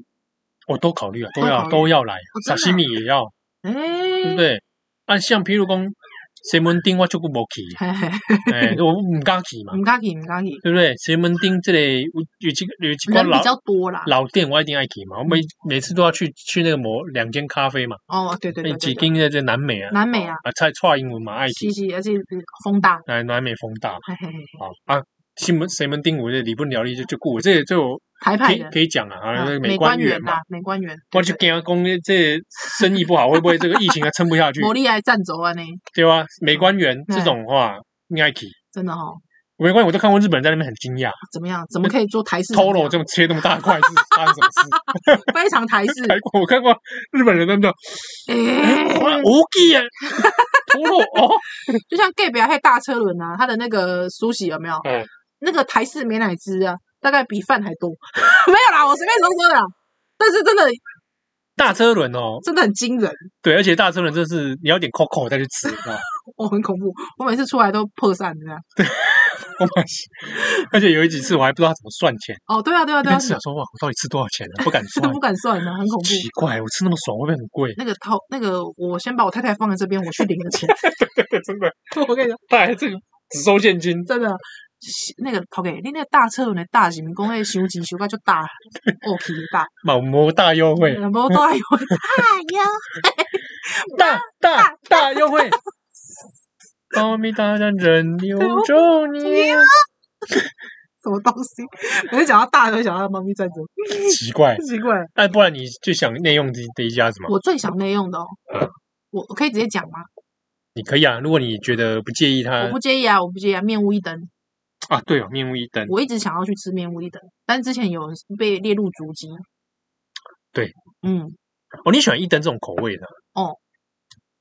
[SPEAKER 2] 我都考虑啊，都
[SPEAKER 3] 都
[SPEAKER 2] 要
[SPEAKER 3] 考虑
[SPEAKER 2] 都要来，
[SPEAKER 3] 真
[SPEAKER 2] 沙
[SPEAKER 3] 的啊
[SPEAKER 2] 西米也要，
[SPEAKER 3] 哎、
[SPEAKER 2] 对不对？啊，像譬如讲，西门町我就不无 去，
[SPEAKER 3] 嘿嘿，
[SPEAKER 2] 哎，我唔敢去嘛，
[SPEAKER 3] 唔敢去，唔敢去，
[SPEAKER 2] 对不对？西门町这里有有几个有几个
[SPEAKER 3] 人
[SPEAKER 2] 老
[SPEAKER 3] 比较多啦。
[SPEAKER 2] 老店，我一定爱去嘛，我每每次都要去去那个某两间咖啡嘛。
[SPEAKER 3] 哦，对对对
[SPEAKER 2] 那
[SPEAKER 3] 对
[SPEAKER 2] 几
[SPEAKER 3] 对，
[SPEAKER 2] 经在这南美啊，
[SPEAKER 3] 南美啊，
[SPEAKER 2] 啊，蔡蔡英文嘛，爱
[SPEAKER 3] 是
[SPEAKER 2] 情，
[SPEAKER 3] 是，而且风大，
[SPEAKER 2] 哎，南美风大
[SPEAKER 3] 嘿嘿嘿，
[SPEAKER 2] 啊啊，西门西门町，我这理不了力就就顾我，这这我
[SPEAKER 3] 台
[SPEAKER 2] 可
[SPEAKER 3] 派
[SPEAKER 2] 以
[SPEAKER 3] 的
[SPEAKER 2] 可以讲啊，啊，
[SPEAKER 3] 啊
[SPEAKER 2] 那个美
[SPEAKER 3] 美
[SPEAKER 2] 官
[SPEAKER 3] 官
[SPEAKER 2] 员
[SPEAKER 3] 员
[SPEAKER 2] 嘛
[SPEAKER 3] 呐，，美官员，
[SPEAKER 2] 我就跟他讲，这生意不好，会不会这个疫情啊撑不下 去，
[SPEAKER 3] 魔力还占走啊呢，
[SPEAKER 2] 对吧？美官员
[SPEAKER 3] 嗯
[SPEAKER 2] 这种话，你爱去。
[SPEAKER 3] 真的哦，
[SPEAKER 2] 美官员我都看过日本人在那边很惊讶，
[SPEAKER 3] 怎么样？怎么可以做台式？
[SPEAKER 2] 偷了我这么切那么大块是发生什么事？
[SPEAKER 3] 非常台式，
[SPEAKER 2] 还我看过日本人真的，
[SPEAKER 3] 哎，
[SPEAKER 2] 哇，无忌啊，偷了哦，
[SPEAKER 3] 就像 gay 表还大车轮啊，它的那个苏洗有没有？
[SPEAKER 2] 嗯
[SPEAKER 3] 那个台式美乃滋啊，大概比饭还多， 没有啦，我随便说说的啦，但是真的
[SPEAKER 2] 大车轮哦，
[SPEAKER 3] 真的很惊人。
[SPEAKER 2] 对，而且大车轮真的是你要点 COCO 再去吃，你知道吗？
[SPEAKER 3] 我哦很恐怖，我每次出来都破散这样。
[SPEAKER 2] 我买是，而且有一几次我还不知道他怎么算钱，
[SPEAKER 3] 哦，对啊，对啊，
[SPEAKER 2] 一
[SPEAKER 3] 对啊
[SPEAKER 2] 边，吃想说哇，我到底吃多少钱啊？不敢算
[SPEAKER 3] 都， 不敢算的，很恐怖。
[SPEAKER 2] 奇怪，我吃那么爽会不会很贵？
[SPEAKER 3] 那个掏，那个我先把我太太放在这边，我去领了钱。
[SPEAKER 2] 真的，
[SPEAKER 3] 我跟你讲，
[SPEAKER 2] 他还这个只收现金，
[SPEAKER 3] 真的，那个头给你那个大车轮的大型工会修机修到就大，哦，皮大，
[SPEAKER 2] 满模大优惠，
[SPEAKER 3] 然后都还有
[SPEAKER 2] 大大大优 惠，高密大战人流周
[SPEAKER 3] 哦
[SPEAKER 2] 年，
[SPEAKER 3] 什么东西，每次讲到大就想到猫咪战争，
[SPEAKER 2] 奇怪，
[SPEAKER 3] 奇怪。
[SPEAKER 2] 哎，不然你就想内用这这一家子嘛？
[SPEAKER 3] 我最想内用的哦
[SPEAKER 2] 嗯，
[SPEAKER 3] 我我可以直接讲吗？
[SPEAKER 2] 你可以啊，如果你觉得不介意他
[SPEAKER 3] 我不介意啊，我不介意啊，面屋一灯。
[SPEAKER 2] 啊，对哦，面无一灯，
[SPEAKER 3] 我一直想要去吃面屋一等，但之前有被列入足迹。
[SPEAKER 2] 对，
[SPEAKER 3] 嗯
[SPEAKER 2] 哦，你喜欢一灯这种口味的？
[SPEAKER 3] 哦，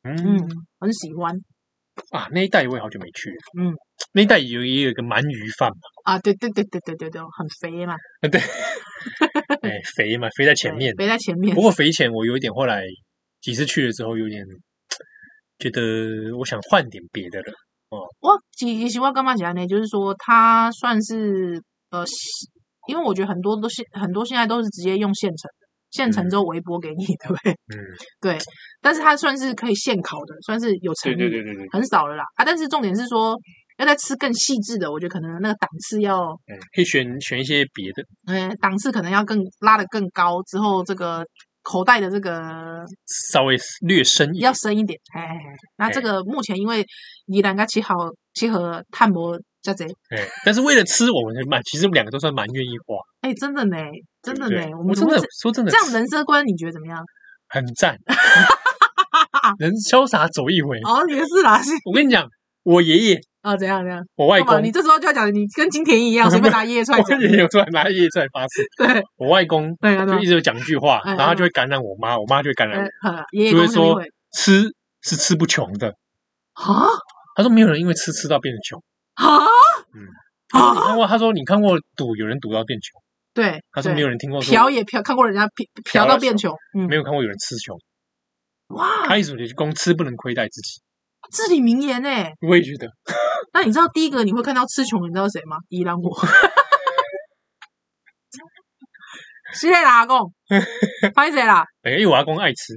[SPEAKER 3] 嗯
[SPEAKER 2] 嗯，
[SPEAKER 3] 很喜欢
[SPEAKER 2] 啊，那一带我也好久没去了，
[SPEAKER 3] 嗯，
[SPEAKER 2] 那一带有也有一个鳗鱼饭 嘛。
[SPEAKER 3] 啊！对对对对对对对，很肥嘛，
[SPEAKER 2] 对，哎，肥嘛，肥在前
[SPEAKER 3] 对
[SPEAKER 2] 面。
[SPEAKER 3] 肥在前面
[SPEAKER 2] 不。过肥前我有一点后来几次去了之后，有点觉得我想换点别的了。
[SPEAKER 3] 我其其实我干嘛讲呢？就是说，它算是呃，西因为我觉得很多都是很多现在都是直接用现成的，现成之后微波给你，对不对？
[SPEAKER 2] 嗯，
[SPEAKER 3] 对，但是它算是可以现烤的，算是有诚意，
[SPEAKER 2] 对对，
[SPEAKER 3] 很少了啦啊！但是重点是说，要再吃更细致的，我觉得可能那个档次要
[SPEAKER 2] 嗯，可以选选一些别的
[SPEAKER 3] 呃，档次可能要更拉得更高，之后这个口袋的这个
[SPEAKER 2] 稍微略深一点。
[SPEAKER 3] 要深一点。哎哎，哎那这个目前因为宜兰跟七号七和探博加贼，
[SPEAKER 2] 哎，但是为了吃，我们蛮其实我们两个都算蛮愿意花，
[SPEAKER 3] 哎，真的呢，真的
[SPEAKER 2] 对不
[SPEAKER 3] 呢
[SPEAKER 2] 对，
[SPEAKER 3] 们
[SPEAKER 2] 我
[SPEAKER 3] 怎
[SPEAKER 2] 真
[SPEAKER 3] 么
[SPEAKER 2] 的
[SPEAKER 3] 会
[SPEAKER 2] 说真的哎
[SPEAKER 3] 这样人生观，你觉得怎么样？
[SPEAKER 2] 很赞，能潇洒走一回。
[SPEAKER 3] 哦，也是啦，是
[SPEAKER 2] 我跟你讲，我爷爷、
[SPEAKER 3] 啊，怎样怎样？
[SPEAKER 2] 我外
[SPEAKER 3] 干嘛
[SPEAKER 2] 公
[SPEAKER 3] 你，这时候就要讲你跟金田一 一样，随便拿叶出来
[SPEAKER 2] 我
[SPEAKER 3] 讲
[SPEAKER 2] 跟。爷爷出来拿爷爷出来发誓，
[SPEAKER 3] 对，
[SPEAKER 2] 我外公
[SPEAKER 3] 对啊，对
[SPEAKER 2] 就
[SPEAKER 3] 啊
[SPEAKER 2] 一直有讲一句话，
[SPEAKER 3] 哎
[SPEAKER 2] 然后他就会感染我妈，我妈就会感染
[SPEAKER 3] 哎
[SPEAKER 2] 我，
[SPEAKER 3] 好了爷爷
[SPEAKER 2] 就会
[SPEAKER 3] 公司
[SPEAKER 2] 说
[SPEAKER 3] 会
[SPEAKER 2] 吃是吃不穷的。
[SPEAKER 3] 啊
[SPEAKER 2] 他说没有人因为吃吃到变穷。
[SPEAKER 3] 啊
[SPEAKER 2] 嗯你
[SPEAKER 3] 啊！
[SPEAKER 2] 看过？他说你看过赌有人赌到变穷？
[SPEAKER 3] 对，
[SPEAKER 2] 他说
[SPEAKER 3] 对
[SPEAKER 2] 没有人听过说
[SPEAKER 3] 嫖也嫖，看过人家嫖
[SPEAKER 2] 嫖
[SPEAKER 3] 嫖到
[SPEAKER 2] 到
[SPEAKER 3] 变
[SPEAKER 2] 手
[SPEAKER 3] 穷，嗯
[SPEAKER 2] 没，有看过有人吃穷。
[SPEAKER 3] 哇，
[SPEAKER 2] 他一直就是公吃不能亏待自己。
[SPEAKER 3] 至理名言哎。
[SPEAKER 2] 我也觉得，
[SPEAKER 3] 那你知道第一个你会看到吃穷的，你知道谁吗？依然 我。是嘞啦，阿公，拍谁啦？
[SPEAKER 2] 哎因为我阿公爱吃，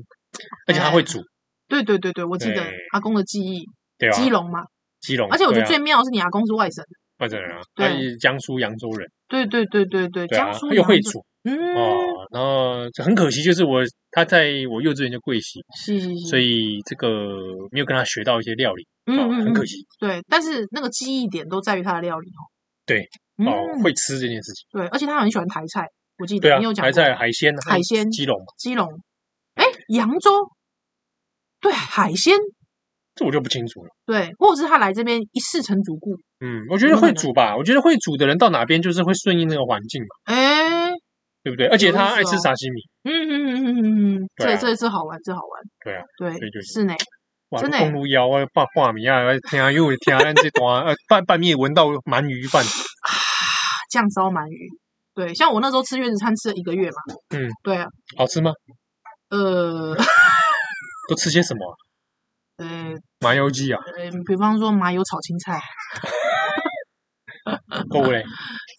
[SPEAKER 2] 而且他
[SPEAKER 3] 哎
[SPEAKER 2] 会煮，
[SPEAKER 3] 对对对对，我记得
[SPEAKER 2] 对
[SPEAKER 3] 阿公的记忆，
[SPEAKER 2] 对吧？
[SPEAKER 3] 基隆嘛。
[SPEAKER 2] 基隆，
[SPEAKER 3] 而且我觉得
[SPEAKER 2] 对
[SPEAKER 3] 最
[SPEAKER 2] 啊
[SPEAKER 3] 妙的是你阿公是外省的，
[SPEAKER 2] 外省人啊，
[SPEAKER 3] 对
[SPEAKER 2] 他是江苏扬州人，
[SPEAKER 3] 对对对对对，
[SPEAKER 2] 对啊
[SPEAKER 3] 江苏，
[SPEAKER 2] 又会
[SPEAKER 3] 扬州，
[SPEAKER 2] 煮
[SPEAKER 3] 嗯，
[SPEAKER 2] 哦。然后就很可惜，就是我他在我幼稚园就跪席，
[SPEAKER 3] 是是是，
[SPEAKER 2] 所以这个没有跟他学到一些料理，
[SPEAKER 3] 嗯
[SPEAKER 2] 哦
[SPEAKER 3] 嗯
[SPEAKER 2] 很可
[SPEAKER 3] 嗯，
[SPEAKER 2] 惜
[SPEAKER 3] 对，但是那个记忆点都在于他的料理哦。
[SPEAKER 2] 对，
[SPEAKER 3] 嗯，
[SPEAKER 2] 哦。会吃这件事情，
[SPEAKER 3] 对，而且他很喜欢台菜，我记
[SPEAKER 2] 对
[SPEAKER 3] 得
[SPEAKER 2] 啊
[SPEAKER 3] 你有，讲
[SPEAKER 2] 还
[SPEAKER 3] 过
[SPEAKER 2] 在海鲜啊，
[SPEAKER 3] 海鲜
[SPEAKER 2] 基隆嘛，
[SPEAKER 3] 基隆，哎，扬州，对，海鲜，
[SPEAKER 2] 这我就不清楚了。
[SPEAKER 3] 对，或者是他来这边一试成主顾，
[SPEAKER 2] 嗯，我觉得
[SPEAKER 3] 有可
[SPEAKER 2] 会
[SPEAKER 3] 能
[SPEAKER 2] 煮吧，我觉得会煮的人到哪边就是会顺应那个环境嘛，
[SPEAKER 3] 哎，
[SPEAKER 2] 对不对？而且他爱
[SPEAKER 3] 有意思
[SPEAKER 2] 吃
[SPEAKER 3] 哦
[SPEAKER 2] 沙西米，
[SPEAKER 3] 嗯嗯嗯嗯嗯，
[SPEAKER 2] 对
[SPEAKER 3] 这
[SPEAKER 2] 啊
[SPEAKER 3] 这是好玩，这好玩，
[SPEAKER 2] 对啊，所以就
[SPEAKER 3] 对，
[SPEAKER 2] 是
[SPEAKER 3] 是呢，
[SPEAKER 2] 哇，
[SPEAKER 3] 真的
[SPEAKER 2] 公
[SPEAKER 3] 耶
[SPEAKER 2] 路腰啊，半半米啊，听啊又听啊，咱这段呃半半夜闻到鳗鱼饭，
[SPEAKER 3] 酱烧鳗鱼，对，像我那时候吃月子餐吃了一个月嘛，
[SPEAKER 2] 嗯，
[SPEAKER 3] 对啊，
[SPEAKER 2] 好吃吗？
[SPEAKER 3] 呃，
[SPEAKER 2] 都吃些什么啊？
[SPEAKER 3] 呃，
[SPEAKER 2] 麻油鸡啊，
[SPEAKER 3] 呃，比方说麻油炒青菜，
[SPEAKER 2] 够 嘞，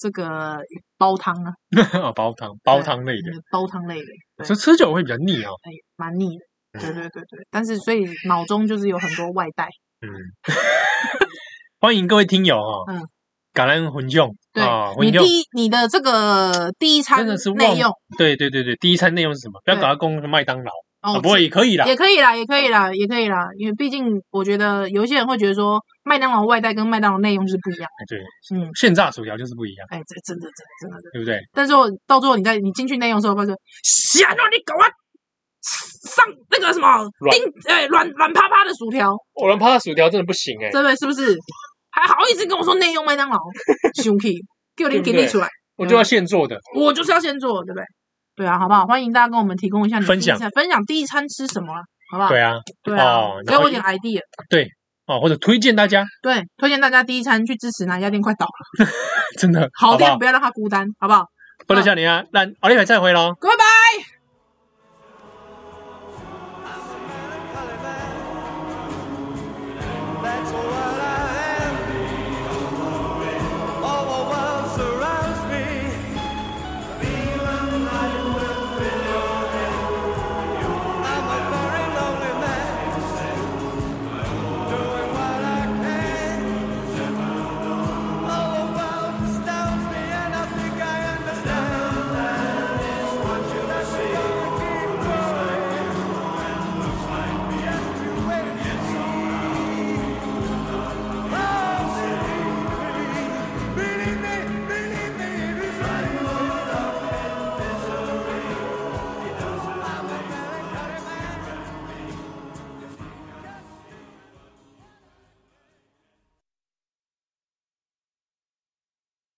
[SPEAKER 3] 这个煲汤啊，
[SPEAKER 2] 啊煲汤煲汤类的，
[SPEAKER 3] 嗯煲汤类的，对
[SPEAKER 2] 这吃久会比较腻啊。
[SPEAKER 3] 哎，蛮腻的。对对对对，但是所以脑中就是有很多外带，
[SPEAKER 2] 嗯，欢迎各位听友啊，
[SPEAKER 3] 嗯
[SPEAKER 2] 感恩混用
[SPEAKER 3] 对、
[SPEAKER 2] 啊，混
[SPEAKER 3] 你
[SPEAKER 2] 用。
[SPEAKER 3] 第一你的这个第一餐
[SPEAKER 2] 真的是
[SPEAKER 3] 内
[SPEAKER 2] 忘
[SPEAKER 3] 用哦
[SPEAKER 2] 对对对对，第一餐内容是什么？不要
[SPEAKER 3] 对
[SPEAKER 2] 搞到公麦当劳
[SPEAKER 3] 嗯哦，
[SPEAKER 2] 啊，不过也可以啦。
[SPEAKER 3] 也可以啦，也可以啦，也可以啦，因为毕竟我觉得有一些人会觉得说麦当劳外带跟麦当劳内用是不一样
[SPEAKER 2] 哎对，
[SPEAKER 3] 的，嗯，
[SPEAKER 2] 现炸薯条就是不一样，
[SPEAKER 3] 哎，这真的真的真的真的，
[SPEAKER 2] 对不对？
[SPEAKER 3] 但是我到最后你在你进去内用的时候，发现想让你狗啊上那个什么
[SPEAKER 2] 软
[SPEAKER 3] 丁哎软软趴趴的薯条，
[SPEAKER 2] 我们怕薯条真的不行哎，
[SPEAKER 3] 真的是不是？还好意思跟我说内用麦 当劳，生气，给我
[SPEAKER 2] 对
[SPEAKER 3] 拎
[SPEAKER 2] 不
[SPEAKER 3] 给
[SPEAKER 2] 对
[SPEAKER 3] 你出来。
[SPEAKER 2] 我就要现做的。
[SPEAKER 3] 我就是要先做，对不对？对啊，好不好？欢迎大家跟我们提供一下你
[SPEAKER 2] 分
[SPEAKER 3] 第一
[SPEAKER 2] 享
[SPEAKER 3] 餐分享第一餐吃什么啦，好不好？
[SPEAKER 2] 对啊，
[SPEAKER 3] 对啊
[SPEAKER 2] 哦，
[SPEAKER 3] 给
[SPEAKER 2] 然后
[SPEAKER 3] 我一点 idea。
[SPEAKER 2] 哦，或者推荐大家，
[SPEAKER 3] 对，推荐大家第一餐去支持哪一家店快倒了，
[SPEAKER 2] 真的
[SPEAKER 3] 好
[SPEAKER 2] 不
[SPEAKER 3] 店
[SPEAKER 2] 好
[SPEAKER 3] 不？要让它孤单，好不好？
[SPEAKER 2] 不能像你啊，那奥利凯再回喽。
[SPEAKER 3] 各位拜拜。